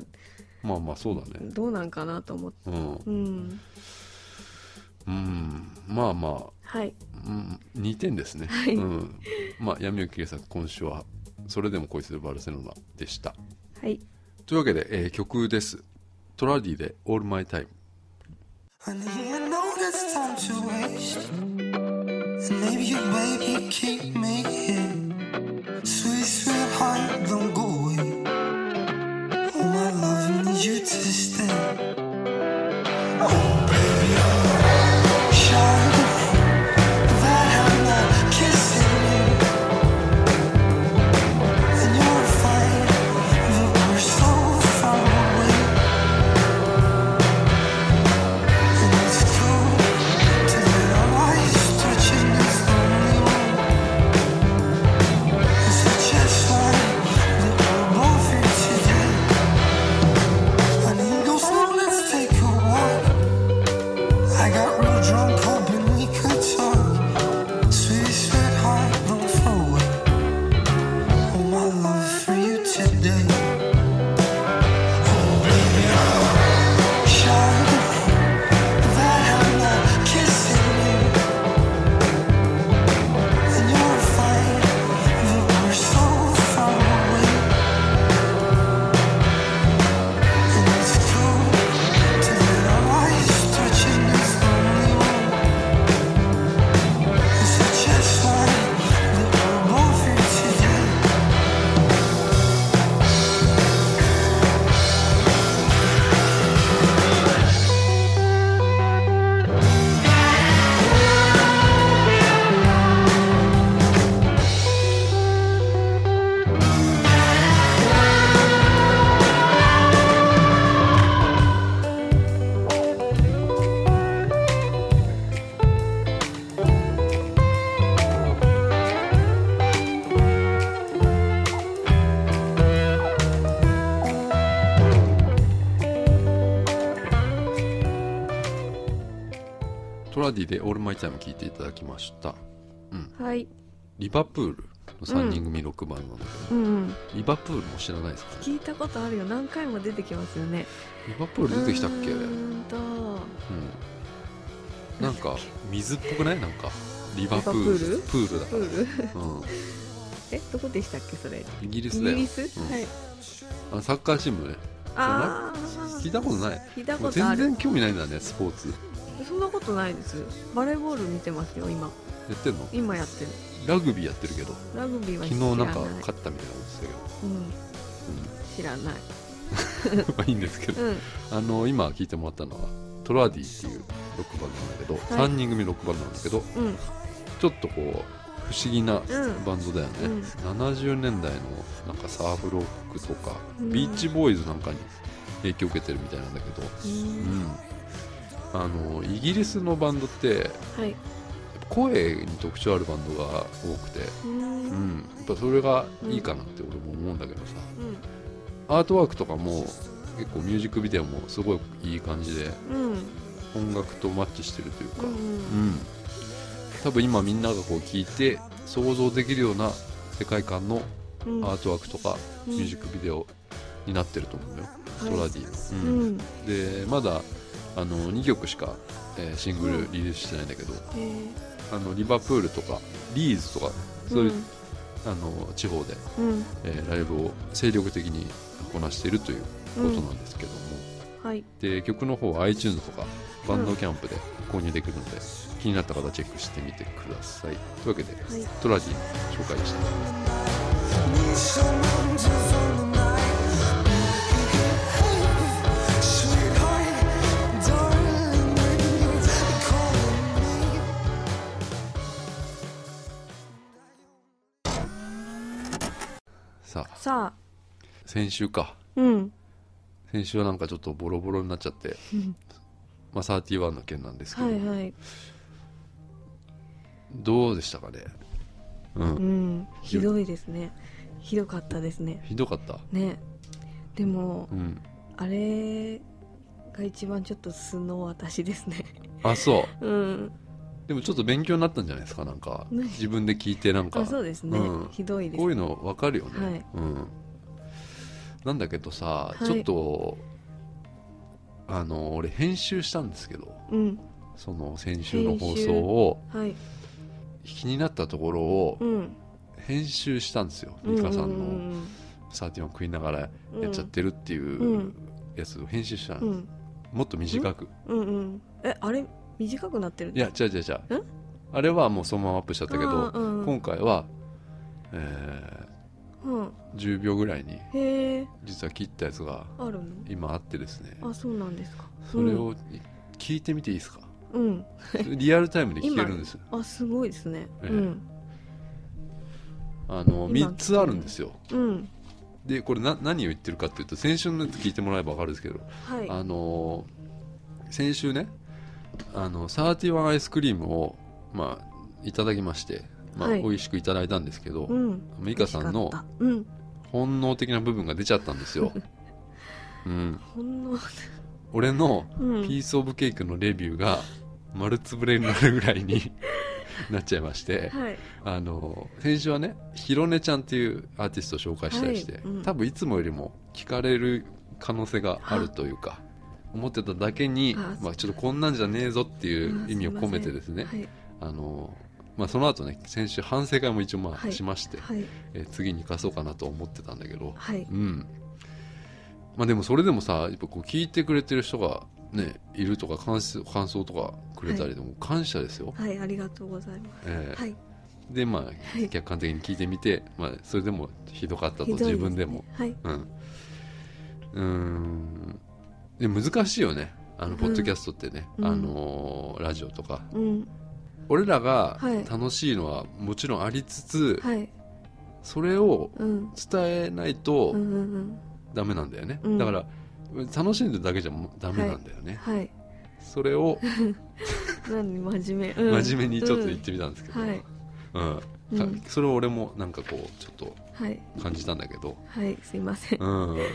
A: まあまあそうだね
D: どうなんかなと思って
A: うん、
D: うん
A: うん、まあまあ
D: はい
A: うん、2点ですね、
D: はい
A: うんまあ、闇を切り裂く今週は「それでも恋するバルセロナ」でした
D: はい
A: というわけで、えー曲ですトラディで「オールマイタイム」
E: Honey, I know there's time to waste. And maybe your baby keep me here. Sweet, sweet heart, don't go away. Oh, my love, I need you to stay. Oh, baby, shine. That I'm not kissing you. And you're fine, but we're so far away. And it's cold to let our eyes touch in this lonely room. 'Cause I just want that we're both here today. Honey, go slow, let's take a walk. I got real drunk, hoping we could talk. Sweet, sweet heart, don't throw away all my love for you today. Oh baby, shine. That I'm not kissing you, and you're fine, but we're so far away. And it's cool to let our eyes touch in this lonely room. 'Cause I just want that we're both here today.
A: トラディで「オールマイタイム」聴いていただきました
D: はい
A: リバプールの3人組ロックバンドなんだけ
D: うんうん
A: ど、リバプールも知らないですかね
D: 聞いたことあるよ何回も出てきますよね
A: リバプール出てきたっけ
D: う
A: うん
D: ーんと
A: なんか水っぽくないなんかリバプール
D: リバ
A: プールだか
D: プール
A: ら、うん、
D: えどこでしたっけそれイ
A: イギリスだ
D: ギ
A: よ
D: リス、
A: うん
D: はい
A: あのサッカーチームね
D: ああ
A: 聞いたことない
D: 聞いた
A: もう
D: こと
A: 全
D: ある
A: 然興味ないんだねスポーツ
D: そんなことないですバレーボール見てますよ今
A: やってんの
D: 今やってる
A: ラグビーやってるけど
D: ラグビーは
A: 昨
D: 知
A: 日
D: らない
A: なんか勝ったみたいなことしてた
D: うん知らない
A: けど、まあいいん ですけど、
D: うん
A: あの今聞いてもらったのはトラディっていうロックバンドなんだけど、
D: はい
A: 3人組ロックバンドなんだけど
D: うん
A: ちょっとこう不思議なバンドだよね、
D: うん
A: 70年代のなんかサーフロックとか、
D: うん
A: ビーチボーイズなんかに影響を受けてるみたいなんだけど、うんあのイギリスのバンドって
D: はい
A: 声に特徴あるバンドが多くて、
D: う
A: うんん、やっぱそれがいいかなって俺も思うんだけどさ、
D: うん
A: アートワークとかも結構ミュージックビデオもすごいいい感じで
D: うん
A: 音楽とマッチしてるというか、
D: う
A: うん
D: ん
A: 多分今みんながこう聞いて想像できるような世界観の
D: うん
A: アートワークとか
D: うん
A: ミュージックビデオになってると思うよ、
D: はい
A: トラディ
D: う
A: の、うん
D: ん
A: でまだあの2曲しか、えーシングルリリースしてないんだけど、
D: えー
A: あのリバプールとかリーズとかそういう、
D: ん
A: あの地方で、
D: うん
A: えーライブを精力的にこなしているということなんですけども、
D: はい
A: で曲の方は iTunes とかバンドキャンプで購入できるので、気になった方チェックしてみてくださいというわけで、
D: はい
A: トラジーの紹介でしたさあ
D: さあ
A: 先週か
D: うん
A: 先週はなんかちょっとボロボロになっちゃ ってまあ31の件なんですけど、
D: はいはい
A: どうでしたかねうん、
D: うんひどいですねひどかったですね
A: ひどかった
D: ねでも
A: うん
D: あれが一番ちょっと素の私ですね
A: あそう
D: うん
A: でもちょっと勉強になったんじゃないですかなんか
D: ね
A: 自分で聞いてなんか
D: あそうですね、
A: うん
D: ひどいです
A: こういうの分かるよね、
D: はい
A: うん、なんだけどさ、
D: はい
A: ちょっとあの俺編集したんですけど
D: うん
A: その先週の放送を
D: はい
A: 気になったところを
D: うん
A: 編集したんですよ、ミカさ
D: うん
A: の
D: ん
A: 31を食いながら
D: うんうん
A: やっちゃってるって
D: う
A: いうんやつを編集した
D: う
A: の、
D: ん
A: もっと短く、
D: うんうんえあれ短くなってる
A: いや違う違う違うあれはもうそのままアップしちゃったけ
D: あー
A: ど、
D: うん
A: 今回は、え
D: うん
A: ー10秒ぐらいに
D: へえ
A: 実は切ったやつが
D: ある
A: 今あってですね
D: のあそうなんですか
A: それを聞いてみていいですか、
D: うん、うん
A: リアルタイムで聞けるんです
D: あすごいですね、
A: ええ
D: うん
A: あの
D: 今
A: 3つあるんですよ
D: うん
A: でこれな何を言ってるかっていうと先週のやつ聞いてもらえば分かるんですけど、
D: はい
A: あのー先週ねあの31アイスクリームをまあいただきまして、まあ
D: はい
A: 美味しくいただいたんですけど、
D: うん
A: 美香さんの
D: 美味しかったうん
A: 本能的な部分が出ちゃったんです よ、うん、
D: ほんの
A: 俺の
D: うん
A: ピース・オブ・ケークのレビューが丸つぶれになるぐらいに なっちゃいまして
D: はい
A: あの先週はねひろねちゃんっていうアーティストを紹介したりして、
D: はいうん
A: 多分いつもよりも聞かれる可能性があるというか思ってただけに
D: あ
A: まあ、ちょっとこんなんじゃねえぞっていう
D: あ
A: 意味を込めてですす
D: いま
A: ね
D: せんはい
A: あの、まあ、その後ね先週反省会も一応ま
D: は
A: あ
D: い
A: しまして、
D: はい
A: えー次に生かそうかなと思ってたんだけど、
D: はい
A: うんまあ、でもそれでもさやっぱこう聞いてくれてる人が、ね、いるとか感想感想とかくれたりでも感謝ですよ。
D: はいありがとうございま
A: えー
D: すはい
A: でま
D: い
A: あ客観的に聞いてみて、まあ、それでもひどかったと
D: ひどいすね
A: 自分でも
D: はい
A: うんうーんで難しいよねあのポッドキャストってね、
D: うん
A: あのーラジオとか
D: うん
A: 俺らが
D: はい
A: 楽しいのはもちろんありつつ、
D: はい
A: それを
D: うん
A: 伝えないと
D: うんうんうん
A: ダメなんだよね、
D: うん
A: だから楽しんでるだけじゃもうダメなんだよね、
D: はい
A: それを
D: 何真面目、うん
A: 真面目にちょっと言ってみたんですけど、
D: うんはい
A: うんか
D: うん
A: それを俺もなんかこうちょっと
D: はい
A: 感じたんだけど、
D: はいすいません
A: うん、
D: はい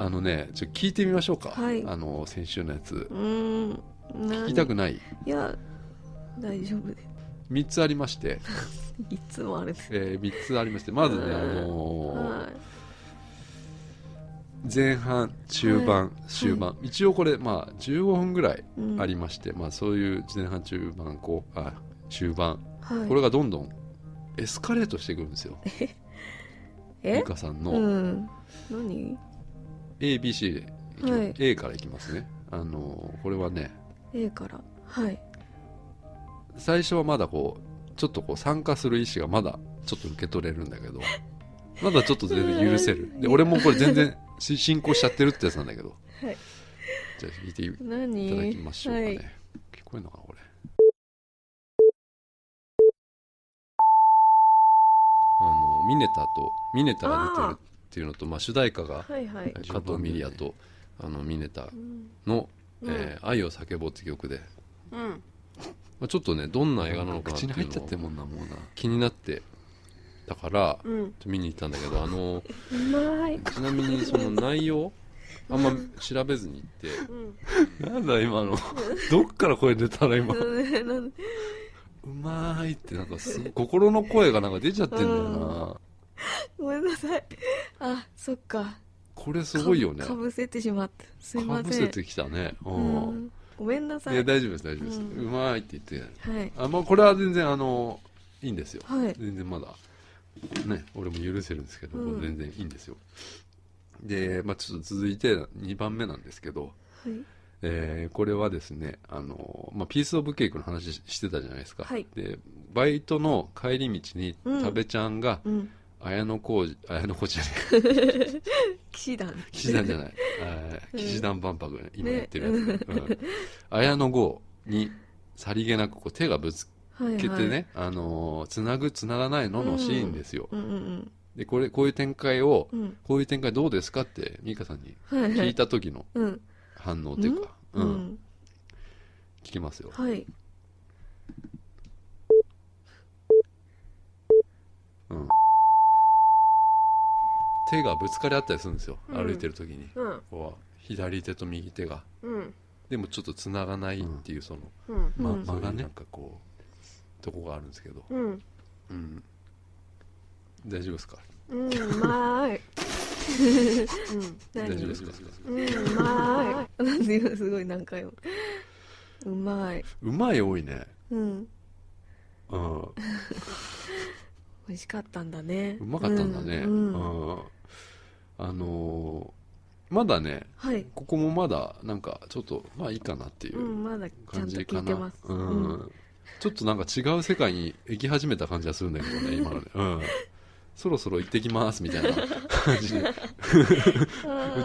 A: あのね、ちょっと聞いてみましょうか。
D: はい
A: あの、先週のやつ
D: う。ーん聞
A: 聞きたく
D: い
A: ない。
D: いや大丈夫で
A: 3つありま して、
D: すいつもあるんです
A: え3つありまして、まずね、
D: うん
A: あの
D: は
A: ー前半、中盤、終盤。一応これ、まあ、15分ぐらい
D: い、うん
A: ありまして、まあ、そういう前半、中盤、こう、あ、終盤。
D: はい
A: これがどんどんエスカレートしてくるんですよ。
D: え
A: 美香さん
D: う
A: の
D: ん何
A: ABC でいきま、
D: はい
A: A からいきますね。あのーこれはね、
D: A からはい
A: 最初はまだこうちょっとこう参加する意思がまだちょっと受け取れるんだけ どまだちょっと全然許せるで俺もこれ全然し進行しちゃってるってやつなんだけど、
D: はい
A: じゃあ聞いてい
D: 何
A: ただきましょうかね、
D: はい、
A: 聞こえるのかなこれあのミネタとミネタが出てるっていうのとまあ、主題歌が
D: はいはい
A: 加藤ミリアとあのミネタ
D: うん
A: の「
D: うん
A: えー愛を叫ぼう」って曲で
C: Ừ,
D: うん
A: まあ、ちょっとねどんな映画なのか
F: 口に入っちゃって
A: て
F: るもんなもうな
A: 気になってだから
D: うん
A: 見に行ったんだけどあの
D: うまい
A: ちなみにその内容あんま調べずに行っ
D: うん
A: てなんだ今 のどっから声出たら今う
D: うん
A: まーいってなんかすごい心の声がなんか出ちゃってんだよな
D: ごめんなさいあそっか
A: これすごいよね
D: かぶせてしまったすい
A: か
D: ま
A: ぶ
D: せん
A: せてきたねう
D: うんんごめんないさい
A: や大丈夫です大丈夫ですう
D: うん
A: まーいって言って
D: はい
A: あまあこれは全然あのいいんですよ
D: はい
A: 全然まだね俺も許せるんですけど、
D: うん
A: 全然いいんですよで、まあ、ちょっと続いて2番目なんですけど、
D: はい
A: えーこれはですね、あのまあ、ピース・オブ・ケークの話ししてたじゃないですか、
D: はい
A: でバイトの帰り道に
D: うん
A: 多部ちゃんが
D: うん
A: 綾小路綾小路じゃない
D: 騎士団
A: 騎 士団じゃ
D: い
A: ないあー
D: うん
A: 騎士団万博ね今やってるやつね、うん綾野剛にさりげなくこう手がぶつ
D: はい
A: けてね、あのつなぐつながないののシーンですよ、
D: うんうん
A: でこれこういう展開を
D: うんうん
A: こういう展開どうですかって美香さんに
D: はいは
A: 聞い
D: い
A: た時の
D: うん
A: 反応というか、
D: う
A: うん
D: ん
A: 聞きますよ
D: はい
A: うん、手がぶつかり合ったりするんですよ、
D: うん
A: 歩いてる時に
D: うん
A: こう左手と右手が
D: うん
A: でもちょっとつながないっていうその、
D: うん
A: ま
D: うん
A: 間が
F: うん
A: ねなんかこうとこがあるんですけど、
D: うん
A: うん、大丈夫ですか
C: ừ,
D: うんまーい
A: 大
D: 何
A: 丈夫ですか
C: ừ,
D: うんまーいなんで今すごい何回もうまいう
A: まい多いね、
D: うん
A: うん、う
D: 美味しかったんだね
A: まかったんだね、
D: う
A: うん
D: うん
A: んあのーまだね
D: はい
A: ここもまだなんかちょっとまあいいかなっていううん
D: まだちゃ
A: 感
D: んと
A: じ
D: 聞
A: か
D: いて
A: な
D: ます
A: う
D: うん
A: ん、ちょっとなんか違う世界に行き始めた感じがするんだけど ね今ので、うん、そろそろ行ってきますみたいな感じで宇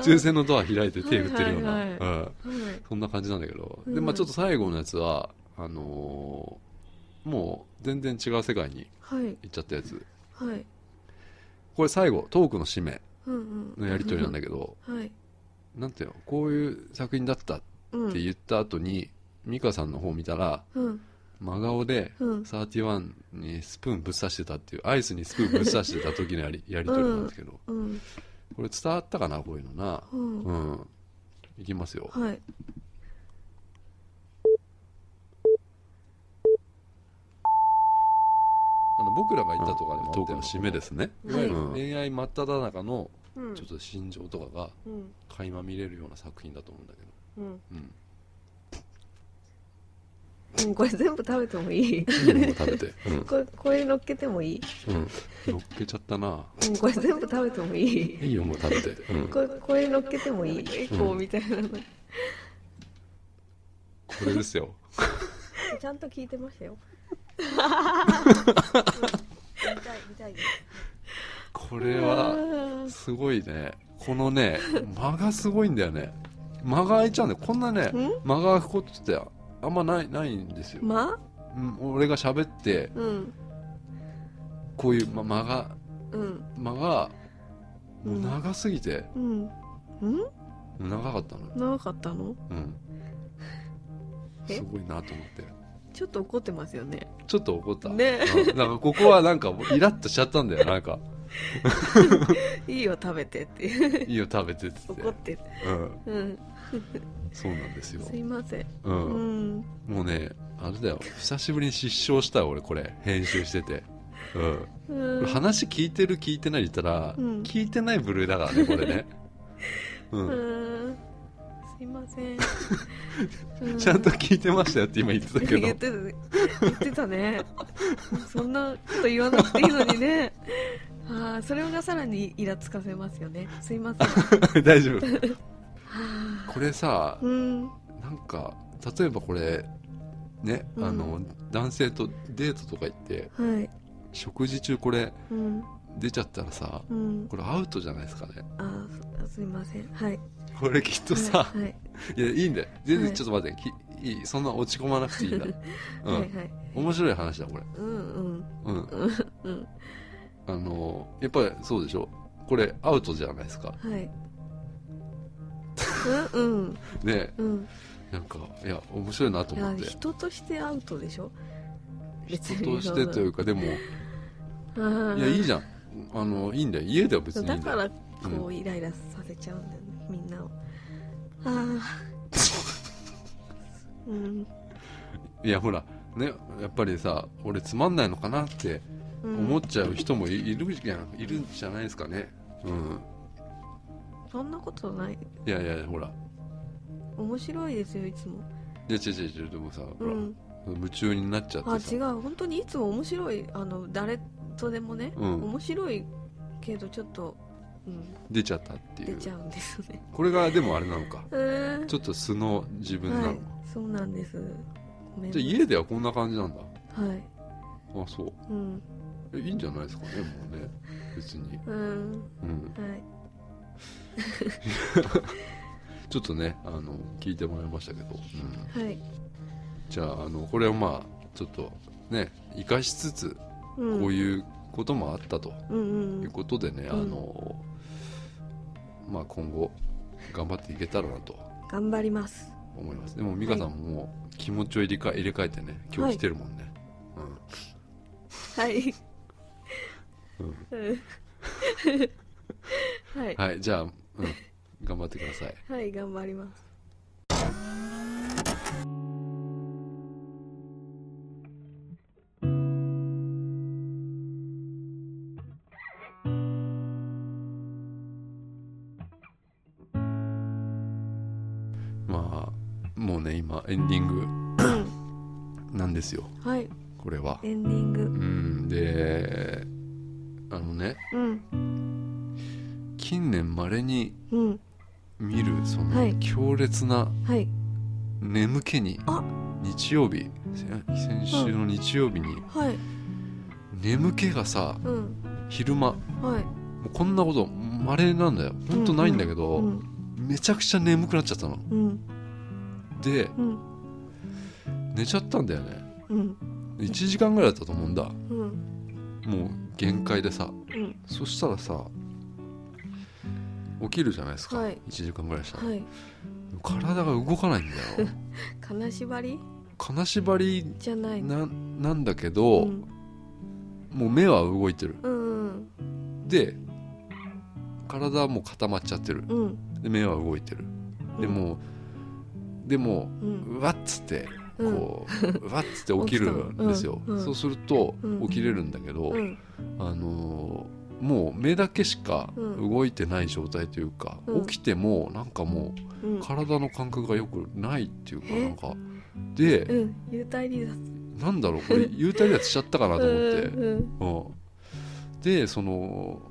A: 宙船のドア開いて手振ってるような、
D: はいはいは
A: うん、
D: はい
A: そんな感じなんだけど、
D: うん
A: でまあちょっと最後のやつはあのーもう全然違う世界に
D: はい
A: 行っちゃったやつ
D: はい
A: これ最後トークの締め
D: うんうん
A: のやり取りなんだけど
D: はい
A: なんていうのこういう作品だったっ
D: うん
A: て言った後に、美香さんの方見たら
D: うん
A: 真顔で
D: うん
A: 31にスプーンぶっ刺してたっていうアイスにスプーンぶっ刺してた時のやり やり取りなんですけど、
D: うん
A: これ伝わったかなこういうのな
D: うん
A: うんいきますよ
D: はい
F: あの僕らが行ったとかでもあった
A: ト
F: よ
A: ークの締めですね、
D: はいう
F: うん
A: ん
F: 恋愛真っ只中の
D: うん
A: ちょっと心情とかが
D: うん
A: 垣間見れるような作品だと思うんだけど、
D: うん
A: うん
D: うんこれ全部食べてもいい
A: もう食べて、うん
D: これこれ乗っけてもいい
A: うん、乗っけちゃったな
D: うんこれ全部食べてもいい
A: いいよもう食べて、うん、
D: こ
A: こ
D: れこれ乗っけてもいいエコーみたいなの
A: れですよ
D: ちゃんと聞いてましたよ見たい見たい
A: これはすごいねこのね間がすごいんだよね間が空いちゃうんだよこんなね間が空くことってあんまないないんですよ、
D: ま
A: うん、俺が喋って
D: うん
A: こういう、ま、間が
D: うん
A: 間がもううん長すぎて、
D: うんうん
A: もう長かったのよ、
D: 長かったの
A: うん、
D: え
A: すごいなと思って
D: ちょっと怒ってますよね
A: ちょっと怒った、
D: ね
A: うんなんかここはなんかもうイラッとしちゃったんだよなんか
D: いいよ食べてって いう
A: いいよ食べてっつって
D: 怒ってる
A: うん、
D: うん
A: そうなんですよ
D: す、いません
A: う
D: うんん
A: もうねあれだよ久しぶりに失笑したよ俺これ編集してて、うん
D: うん
A: 話聞いてる聞いてないで言ったら、
D: うん
A: 聞いてない部類だからねこれ ね、うん
D: うんすいま せんう
A: ちゃんと聞いてましたよって今言ってたけど
D: 言ってたね言ってたねそんなこと言わなくていいのにねああそれがさらにイラつかせますよねすいませ ん
A: 大丈夫 これさ
D: うん
A: なんか例えばこれね、
D: うん
A: あの男性とデートとか行って
D: はい
A: 食事中これ
D: うん
A: 出ちゃったらさ
D: うん
A: これアウトじゃないですかね
D: あーすすいませんはい
A: これきっとさ、
D: はいはい
A: い、やいいんだよ全
D: は
A: 然
D: い
A: ちょっと待って、きいいそんな落ち込まなくてい いんだ、う
D: はい
A: ん
D: はい
A: 面白い話だこれ
D: うんうん
A: うん
D: うん
A: あのやっぱりそうでしょこれアウトじゃないですか
D: はいうんうん
A: ね
D: うん
A: なんかいや面白いなと
D: いや
A: 思って
D: 人としてアウトでしょ別
A: 人としてというかでも
D: い
A: いやいいじゃんあのいいんだよ家では別にいい
D: だ
A: んだ
D: か
A: よ
D: らこうイライラさせちゃうんだよねみんなをああ うん
A: いやほらねやっぱりさ俺つまんないのかなって
D: うん
A: 思っちゃう人もいいるじゃんいるんじゃないですかねうん
D: そんなことない
A: いやいやほら
D: 面白いですよいつも
A: いや違う違う違うでもさほ
D: う
A: ら、
D: ん
A: 夢中になっちゃっ
D: あ
A: てさ
D: 違う本当にいつも面白いあの誰とでもね、
A: うん
D: 面白いけどちょっとうん、
A: 出ちゃったってい
D: 出
A: う
D: ちゃうんですね。
A: これがでもあれなのか
D: えー
A: ちょっと素の自分なの、
D: はい、そうなんです。ごめんな
A: じ
D: さ
A: ゃ
D: い
A: あ家ではこんな感じなんだ
D: はい、
A: あそう
D: うん、
A: えいいんじゃないですかねもうね別に、
D: うん、
A: うん、
D: はい、
A: ちょっとねあの聞いてもらいましたけど、うん、
D: はい、
A: じゃああのこれをまあちょっとね生かしつつ
D: うん、
A: こう
D: う、
A: いうこともあったと
D: うん、う、
A: いうんことでね、
D: ん
A: あのまあ今後頑張っていけたらなと
D: 頑張ります。
A: 思いますでも美香さんももう気持ちを入れ替え入れ替えてね今日来てるもんね、
D: はい。
A: うん
D: うんはい、
A: はいじゃあ、うん、頑張ってください
D: はい、頑張ります。
A: まあもうね今エンディングなんですよ
D: はい、
A: これは
D: エンディング。
A: うんであのね
D: うん、
A: 近年まれに
D: うん、
A: 見るそ
D: は
A: の
D: い
A: 強烈な
D: はい、
A: 眠気に、
D: あ
A: 日曜日せ先週の日曜日に
D: はい、
A: 眠気がさ
D: うん、
A: 昼間も
D: はい、
A: うこんなことまれなんだよほんとないんだけど、
D: うん、
A: めちゃくちゃ眠くなっちゃったの
D: うん、
A: で
D: うん、
A: 寝ちゃったんだよね
D: うん、
A: 1時間ぐらいだったと思うんだ
D: うん、
A: もう限界でさ
D: うん、
A: そしたらさ起きるじゃないですか、
D: はい
A: 1時間ぐらいしたら、
D: はい、
A: 体が動かないん だよ
D: 金縛り
A: 金縛り
D: じゃないの。
A: ななんだけ
D: う
A: ど、
D: ん、
A: もう目は動いてる
D: うん、
A: で体はもう固まっちゃってる
D: うん、
A: で目は動いてるでもうでも
D: うん、
A: うわっつって
D: うん
A: こう、うわっつって起きるんですよ、
D: 起きたのうんうん
A: そうすると
D: うん
A: 起きれるんだけど、
D: うん、
A: あのーもう目だけしか
D: うん
A: 動いてない状態というか、
D: うん
A: 起きてもなんかも
D: う、
A: うん体の感覚がよくないっていうか
D: え
A: なんかで、
D: うん、幽体離脱。
A: なんだろうこれ幽体離脱しちゃったかなと思って、
D: うん、
A: うん、でその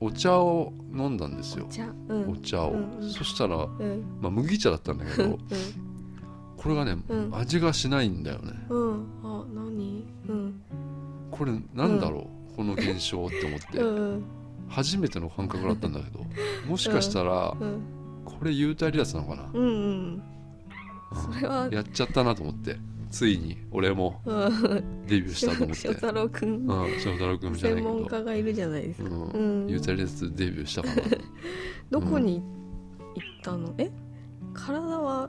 A: お茶を飲んだんですよ
D: じゃあ、う
A: お
D: ん、
A: 茶を、
D: うんうん
A: そしたら、
D: うん、
A: まあ、麦茶だったんだけどこれがね、
D: うん
A: 味がしないんだよね
D: うん、あ、何うん、
A: これなんだろう、この現象って思って、
D: うん、
A: 初めての感覚だったんだけどもしかしたら
D: うん、
A: これ幽体離脱なのかな、
D: うん、うん、
A: うん
D: それは、
A: やっちゃったなと思ってついに俺も
D: うん、
A: デビューした と思っ
D: 翔
A: て
D: 太郎くん、
A: うん翔太郎君じゃな
D: 専
A: い
D: 門
A: け
D: 家がいるじゃないですか。
A: ど、うん
D: うん、
A: 幽体離脱デビューしたかな と
D: どこに行ったの、え体は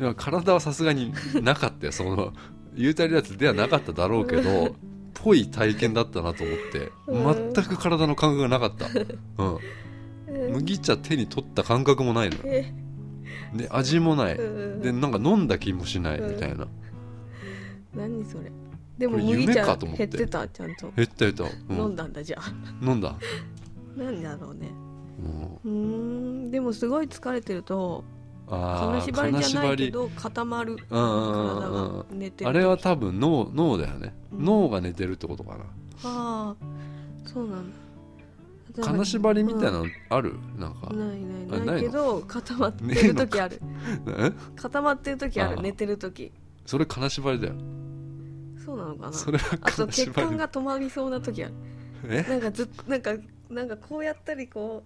D: い
A: や体はさすがになかったよその 幽体離脱ではなかっただろうけどぽい体験だったなと思って
D: うん
A: 全く体の感覚がなかった、うん、
D: え
A: 麦茶手に取った感覚もないの
D: え
A: で味もない
D: うん
A: でなんか飲んだ気もしないみたいな
D: 何それでも
A: これ夢
D: 麦茶
A: かと思って
D: 減ってたちゃんと
A: 減った減った、う
D: 飲ん
A: ん、
D: だんだじゃあ
A: 飲んだ、
D: 何だろうね
A: うん、
D: うーんでもすごい疲れてると金
A: あー
D: 縛りじゃないけ
A: 金縛り
D: ど固まる
A: うんうん
D: 体
A: うんう
D: が
A: ん
D: 寝てる
A: あれは多分脳脳だよね
D: うん
A: 脳が寝てるってことかな
D: ああそうなんだ
A: 金縛りみたいなのあるなんか
D: ないない
A: あ
D: な
A: ないい
D: け
A: の
D: ど固まって
A: ねえ
D: る
A: の
D: 時ある
A: え
D: 固まってる時あ
A: あ
D: る
A: ー
D: 寝てる時
A: それ金縛りだよ
D: そうなのかな
A: それは
D: あと
A: 金
D: 血
A: 縛り
D: 管が止まりそうな時ある
A: え
D: なんかずっなんかなんかこうやったりこ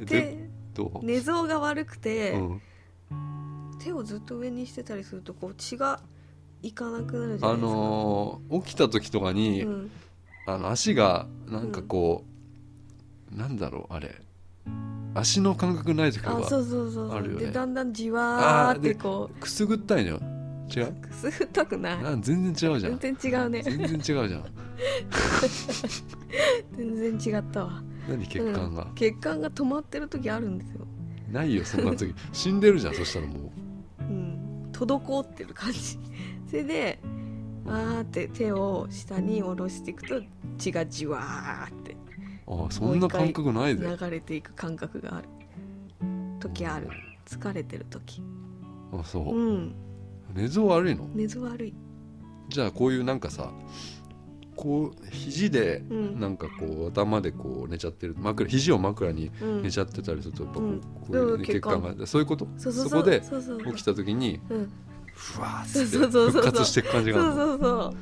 D: う
A: で
D: 手
A: どう、
D: 寝相が悪くて、
A: うん、
D: 手をずっと上にしてたりするとこう血がいかなくなるじゃな
A: あ
D: いですか、
A: のー起きた時とかに、
D: うん、
A: あの足がなんかこう、なんだろうあれ足の感覚ない時
D: あ
A: と
D: そ
A: か
D: うそうそうそ
A: あ
D: う、
A: るよね
D: でだんだんじわーって
A: あーで
D: こ
A: くすぐったいのよ違う
D: うくすぐったくない
A: な全然違うじゃ
D: 全
A: ん
D: 然違うね
A: 全然違うじゃん
D: 全然違ったわ
A: 何血管が
D: うん、血管が止まってる時あるんですよ、
A: ないよそんな時死んでるじゃんそしたらも
D: うん、滞ってる感じ それであーって手を下に下ろしていくと血がじわーって
A: うああそんな感覚ないぜ
D: 流れていく感覚がある時ある疲れてる時
A: あそうう、
D: ん
A: 寝相悪いの
D: 寝相悪い
A: じゃあこういうなんかさこう肘で
D: うん
A: なんかこう頭でこう寝ちゃってる枕肘を枕に
D: うん
A: 寝ちゃってたりするとやっぱこ
D: うん
A: うこういう
D: うん
A: ね血管がそういうこと
D: そうそうそう
A: こで
D: そうそうそう
A: 起きた時に
D: うん
A: ふわーっつって
D: そうそうそうそう
A: 復活していく感じがあ
D: そ
A: るの
D: うそうそう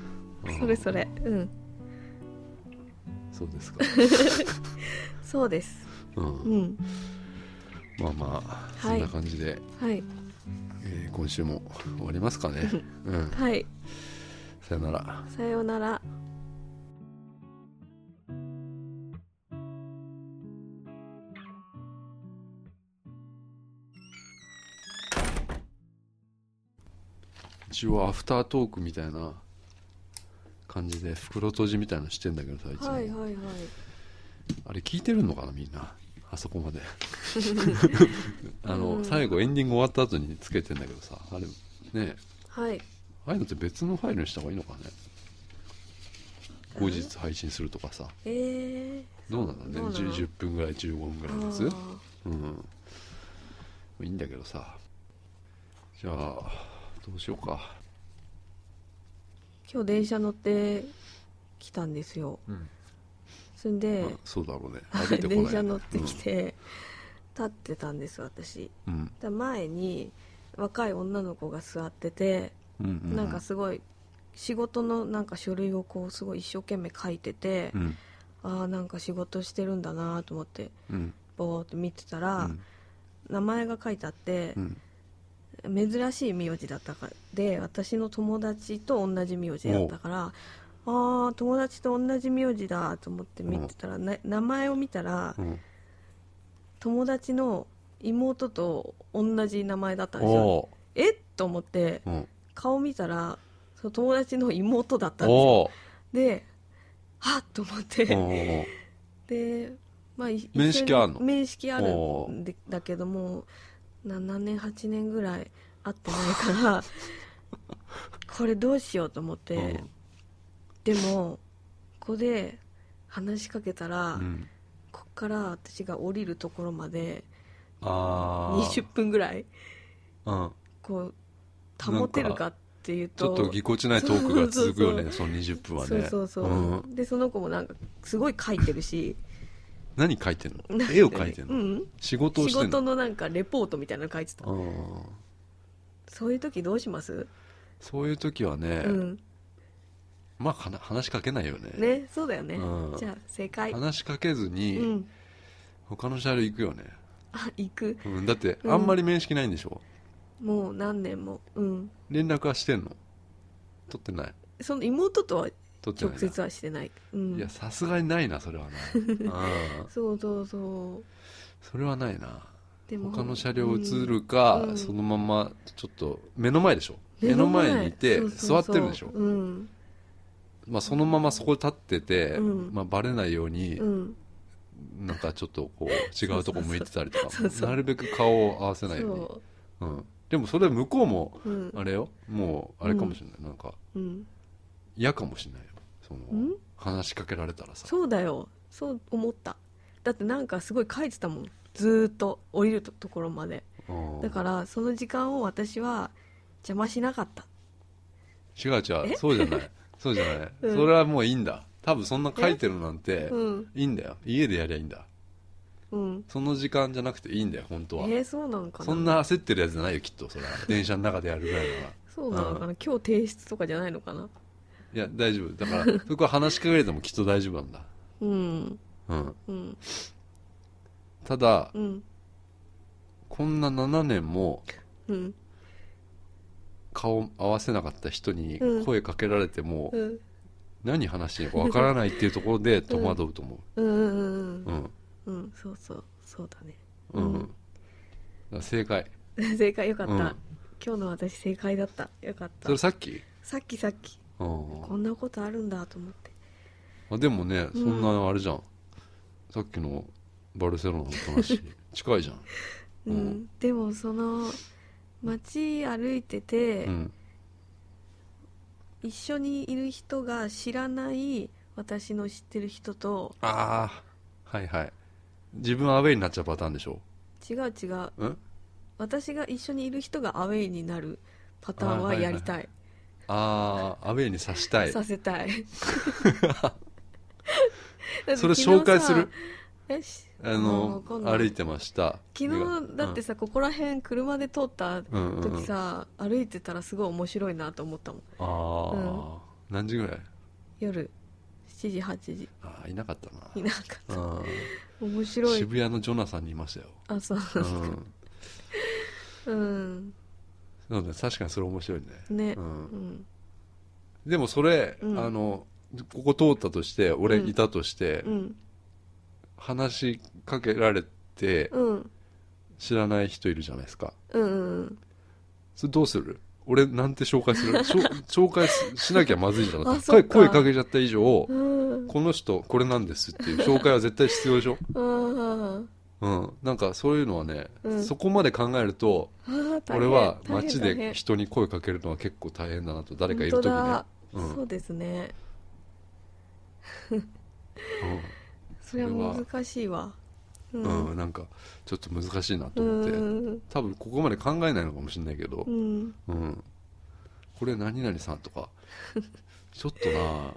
A: うん
D: それそれうん
A: そうですか
D: そうです
A: う
D: うんん
A: まあまあそ
D: は
A: ん
D: い
A: な感じで
D: はい
A: えー今週も終わりますかねうん
D: はい
A: さよなら
D: さようなら
A: 一応アフタートークみたいな感じで袋閉じみたいなのしてんだけど最近
D: はいはいはい
A: あれ聞いてるのかなみんなあそこま であの、
D: うん
A: 最後エンディング終わった後につけてんだけどさあれね
D: はい
A: ああいうのって別のファイルにした方がいいのかね後日配信するとかさ
D: え
A: どうなんだろ
D: どう
A: うね
D: なの
A: 10, 10分ぐらい15分ぐ
D: ー
A: らいのや
D: あ
A: つ
D: ー
A: うんいいんだけどさじゃあどうしようか
D: 今日電車乗ってきたんですよ、
A: うん
D: そんで
A: まあ、そうだろうね歩いてこない、
D: 電車乗ってきて、立ってたんです私
A: うん、うん
D: だ前に若い女の子が座ってて、
A: うんうん、
D: なんかすごい仕事のなんか書類をこうすごい一生懸命書いてて、
A: うん
D: ああなんか仕事してるんだなと思って
A: うん
D: ぼーっと見てた
A: う
D: ら、
A: ん
D: 名前が書いてあって
A: う、ん
D: 珍しい名字だったからで私の友達と同じ名字だったからあー友達と同じ名字だと思って見てたら、な名前を見たら
A: うん
D: 友達の妹と同じ名前だったんですよ
A: お
D: えっと思って
A: ーうん
D: 顔見たらその友達の妹だったんですよ
A: おー
D: ではっと思っ
A: お
D: て
A: ー
D: で、まあ、い一緒に
A: 面識あんの
D: 面識ある
A: お
D: んでだけども7年8年ぐらい会ってない からこれどうしようと思って、
A: うん
D: でもここで話しかけたら、
A: うん
D: こっから私が降りるところまで
A: あー
D: 20分ぐらい
A: うん
D: こう保てるかっていう
A: ちょ
D: と
A: っとぎこちないトークが続くよね、
D: そう
A: その20分は
D: そう
A: ね。
D: そうそう、
A: ん
D: でその子もなんかすごい書いてるし
A: 何書いてんの絵を描いてんの、
D: うん
A: 仕事を
D: 仕
A: してん
D: 事
A: の
D: のなんかレポートみたいなの書いてた
A: うん
D: そういう時どうします、
A: そういう時はね、
D: うん
A: まあかな話しかけないよね。
D: ねそうだよね、
A: うん
D: じゃあ正解
A: 話しかけず
D: う
A: に、
D: ん
A: 他の車両行くよね。
D: あ行く
A: うん、だって、
D: うん
A: あんまり面識ないんでしょ、
D: もう何年もうん
A: 連絡はしてんの取ってない
D: その妹とは
A: 取ってない
D: 直
A: な
D: 接はしてない、うん、
A: いや、さすがにないな、そ れはな。うん
D: そうそうそう
A: それはないな。
D: でも
A: 他の車両映るか、
D: うん
A: そのまま、ちょっと、目の前でしょ
D: うん
A: 目の前にいて、
D: そうそうそ
A: 座
D: う
A: ってるでしょ
D: うん
A: まあ、そのままそこに立ってて、
D: うん
A: まあ、バレないように、
D: うん
A: なんかちょっとこう違うとこ向いてたりとか
D: そうそうそう
A: なるべく顔を合わせないように、
D: そう
A: ん、でもそれ向こうも
D: ううん
A: あれよもうあれかもしれない、なんか
D: うん
A: 嫌かもしれないよその、
D: ん
A: 話しかけられたらさ
D: そうだよそう思っただってなんかすごい書いてたもんずーっと降りるとところまで
A: うん
D: だからその時間を私は邪魔しなかった
A: 違う違うそうじゃないそうじゃない、
D: うん
A: それはもういいんだ多分そんな書いてるなんて
D: うん
A: いいんだよ家でやりゃいいんだ
D: うん
A: その時間じゃなくていいんだよ本当
D: え
A: は、
D: ー、そうなんかな
A: そんな焦ってるやつじゃないよきっとそれは電車の中でやるぐらいなら
D: そうなのかな、今日提出とかじゃないのかない
A: や、大丈夫。だから、そこは話しかけられてもきっと大丈夫なんだ。
D: うん
A: うん。
D: うん
A: ただ、
D: うん
A: こんな7年も
D: うん
A: 顔合わせなかった人に
D: うん
A: 声かけられても、
D: うん
A: 何話していいのかわからないっていうところで戸惑うと思
D: うんう
A: う。
D: ん
A: うん。
D: うんうんそうそうそうだね
A: うん。
D: うん
A: だから正解。
D: 正解よかった、
A: うん
D: 今日の私正解だったよかっ
A: そ
D: た
A: れさっき
D: さっきさっき
A: うん
D: こんなことあるんだと思って
A: あ。でもね、そ
D: ん
A: んなあれじゃん。さっきのバルセロナの 話、近いじゃん。
D: うん、
A: うん
D: でもその街歩いてて、
A: うん。
D: 一緒にいる人が知らない私の知ってる人と
A: ああ、はいはい。自分アウェイになっちゃうパターンでしょ。
D: 違う違うん私が一緒にいる人がアウェイになるパターンはやりたい
A: ああアウェーにさしたい
D: させたい
A: それ紹介する
D: えし
A: あの
D: 今度
A: 歩いてました
D: 昨日だってさ、ここら辺車で通った
A: うんうんうん
D: 時さ、歩いてたらすごい面白いなと思ったもん
A: ああ、何時ぐらい
D: 夜7時8時
A: ああいなかったない
D: なかった
A: うん
D: 面白い
A: 渋谷のジョナサンにいま したよ、
D: あそう
A: う
D: な
A: ん、
D: んだうん
A: そうね確かにそれ面白いね
D: ね
A: う、
D: うんん
A: でもそれ、
D: うん
A: あのここ通ったとして俺いたとして、
D: うん
A: 話しかけられて
D: うん
A: 知らない人いるじゃないですか
D: うんうん
A: それどうする俺なんて紹介す るしょ紹介すしなきゃまずいじゃん
D: あ
A: 一
D: そ
A: 回
D: っか
A: 声かけちゃった以上
D: うん
A: この人これなんですっていう紹介は絶対必要でしょ、
D: あ
A: うん、なんかそういうのはね、
D: うん
A: そこまで考えると
D: ー大
A: 俺
D: 変
A: は
D: 大変
A: 街
D: 大
A: で
D: 変
A: 人に声かけるのは結構大変だなと誰かいる時ね、
D: 本当
A: う
D: だ
A: ん
D: そうですねそれは難しいわう
A: うんうん
D: ん
A: なんかちょっと難しいなと
D: う
A: 思って、
D: ん
A: 多分ここまで考えないのかもしれないけど
D: う、ん
A: うんこれ何々さんとかちょっとな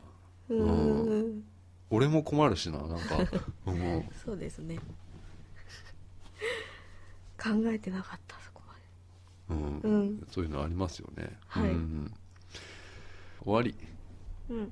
D: うん
A: う
D: うん
A: 俺も困るしななん かもう
D: そうですね考えてなかったそこま
A: うん
D: でうん
A: そういうのありますよね、
D: はい
A: うん終わり
D: うん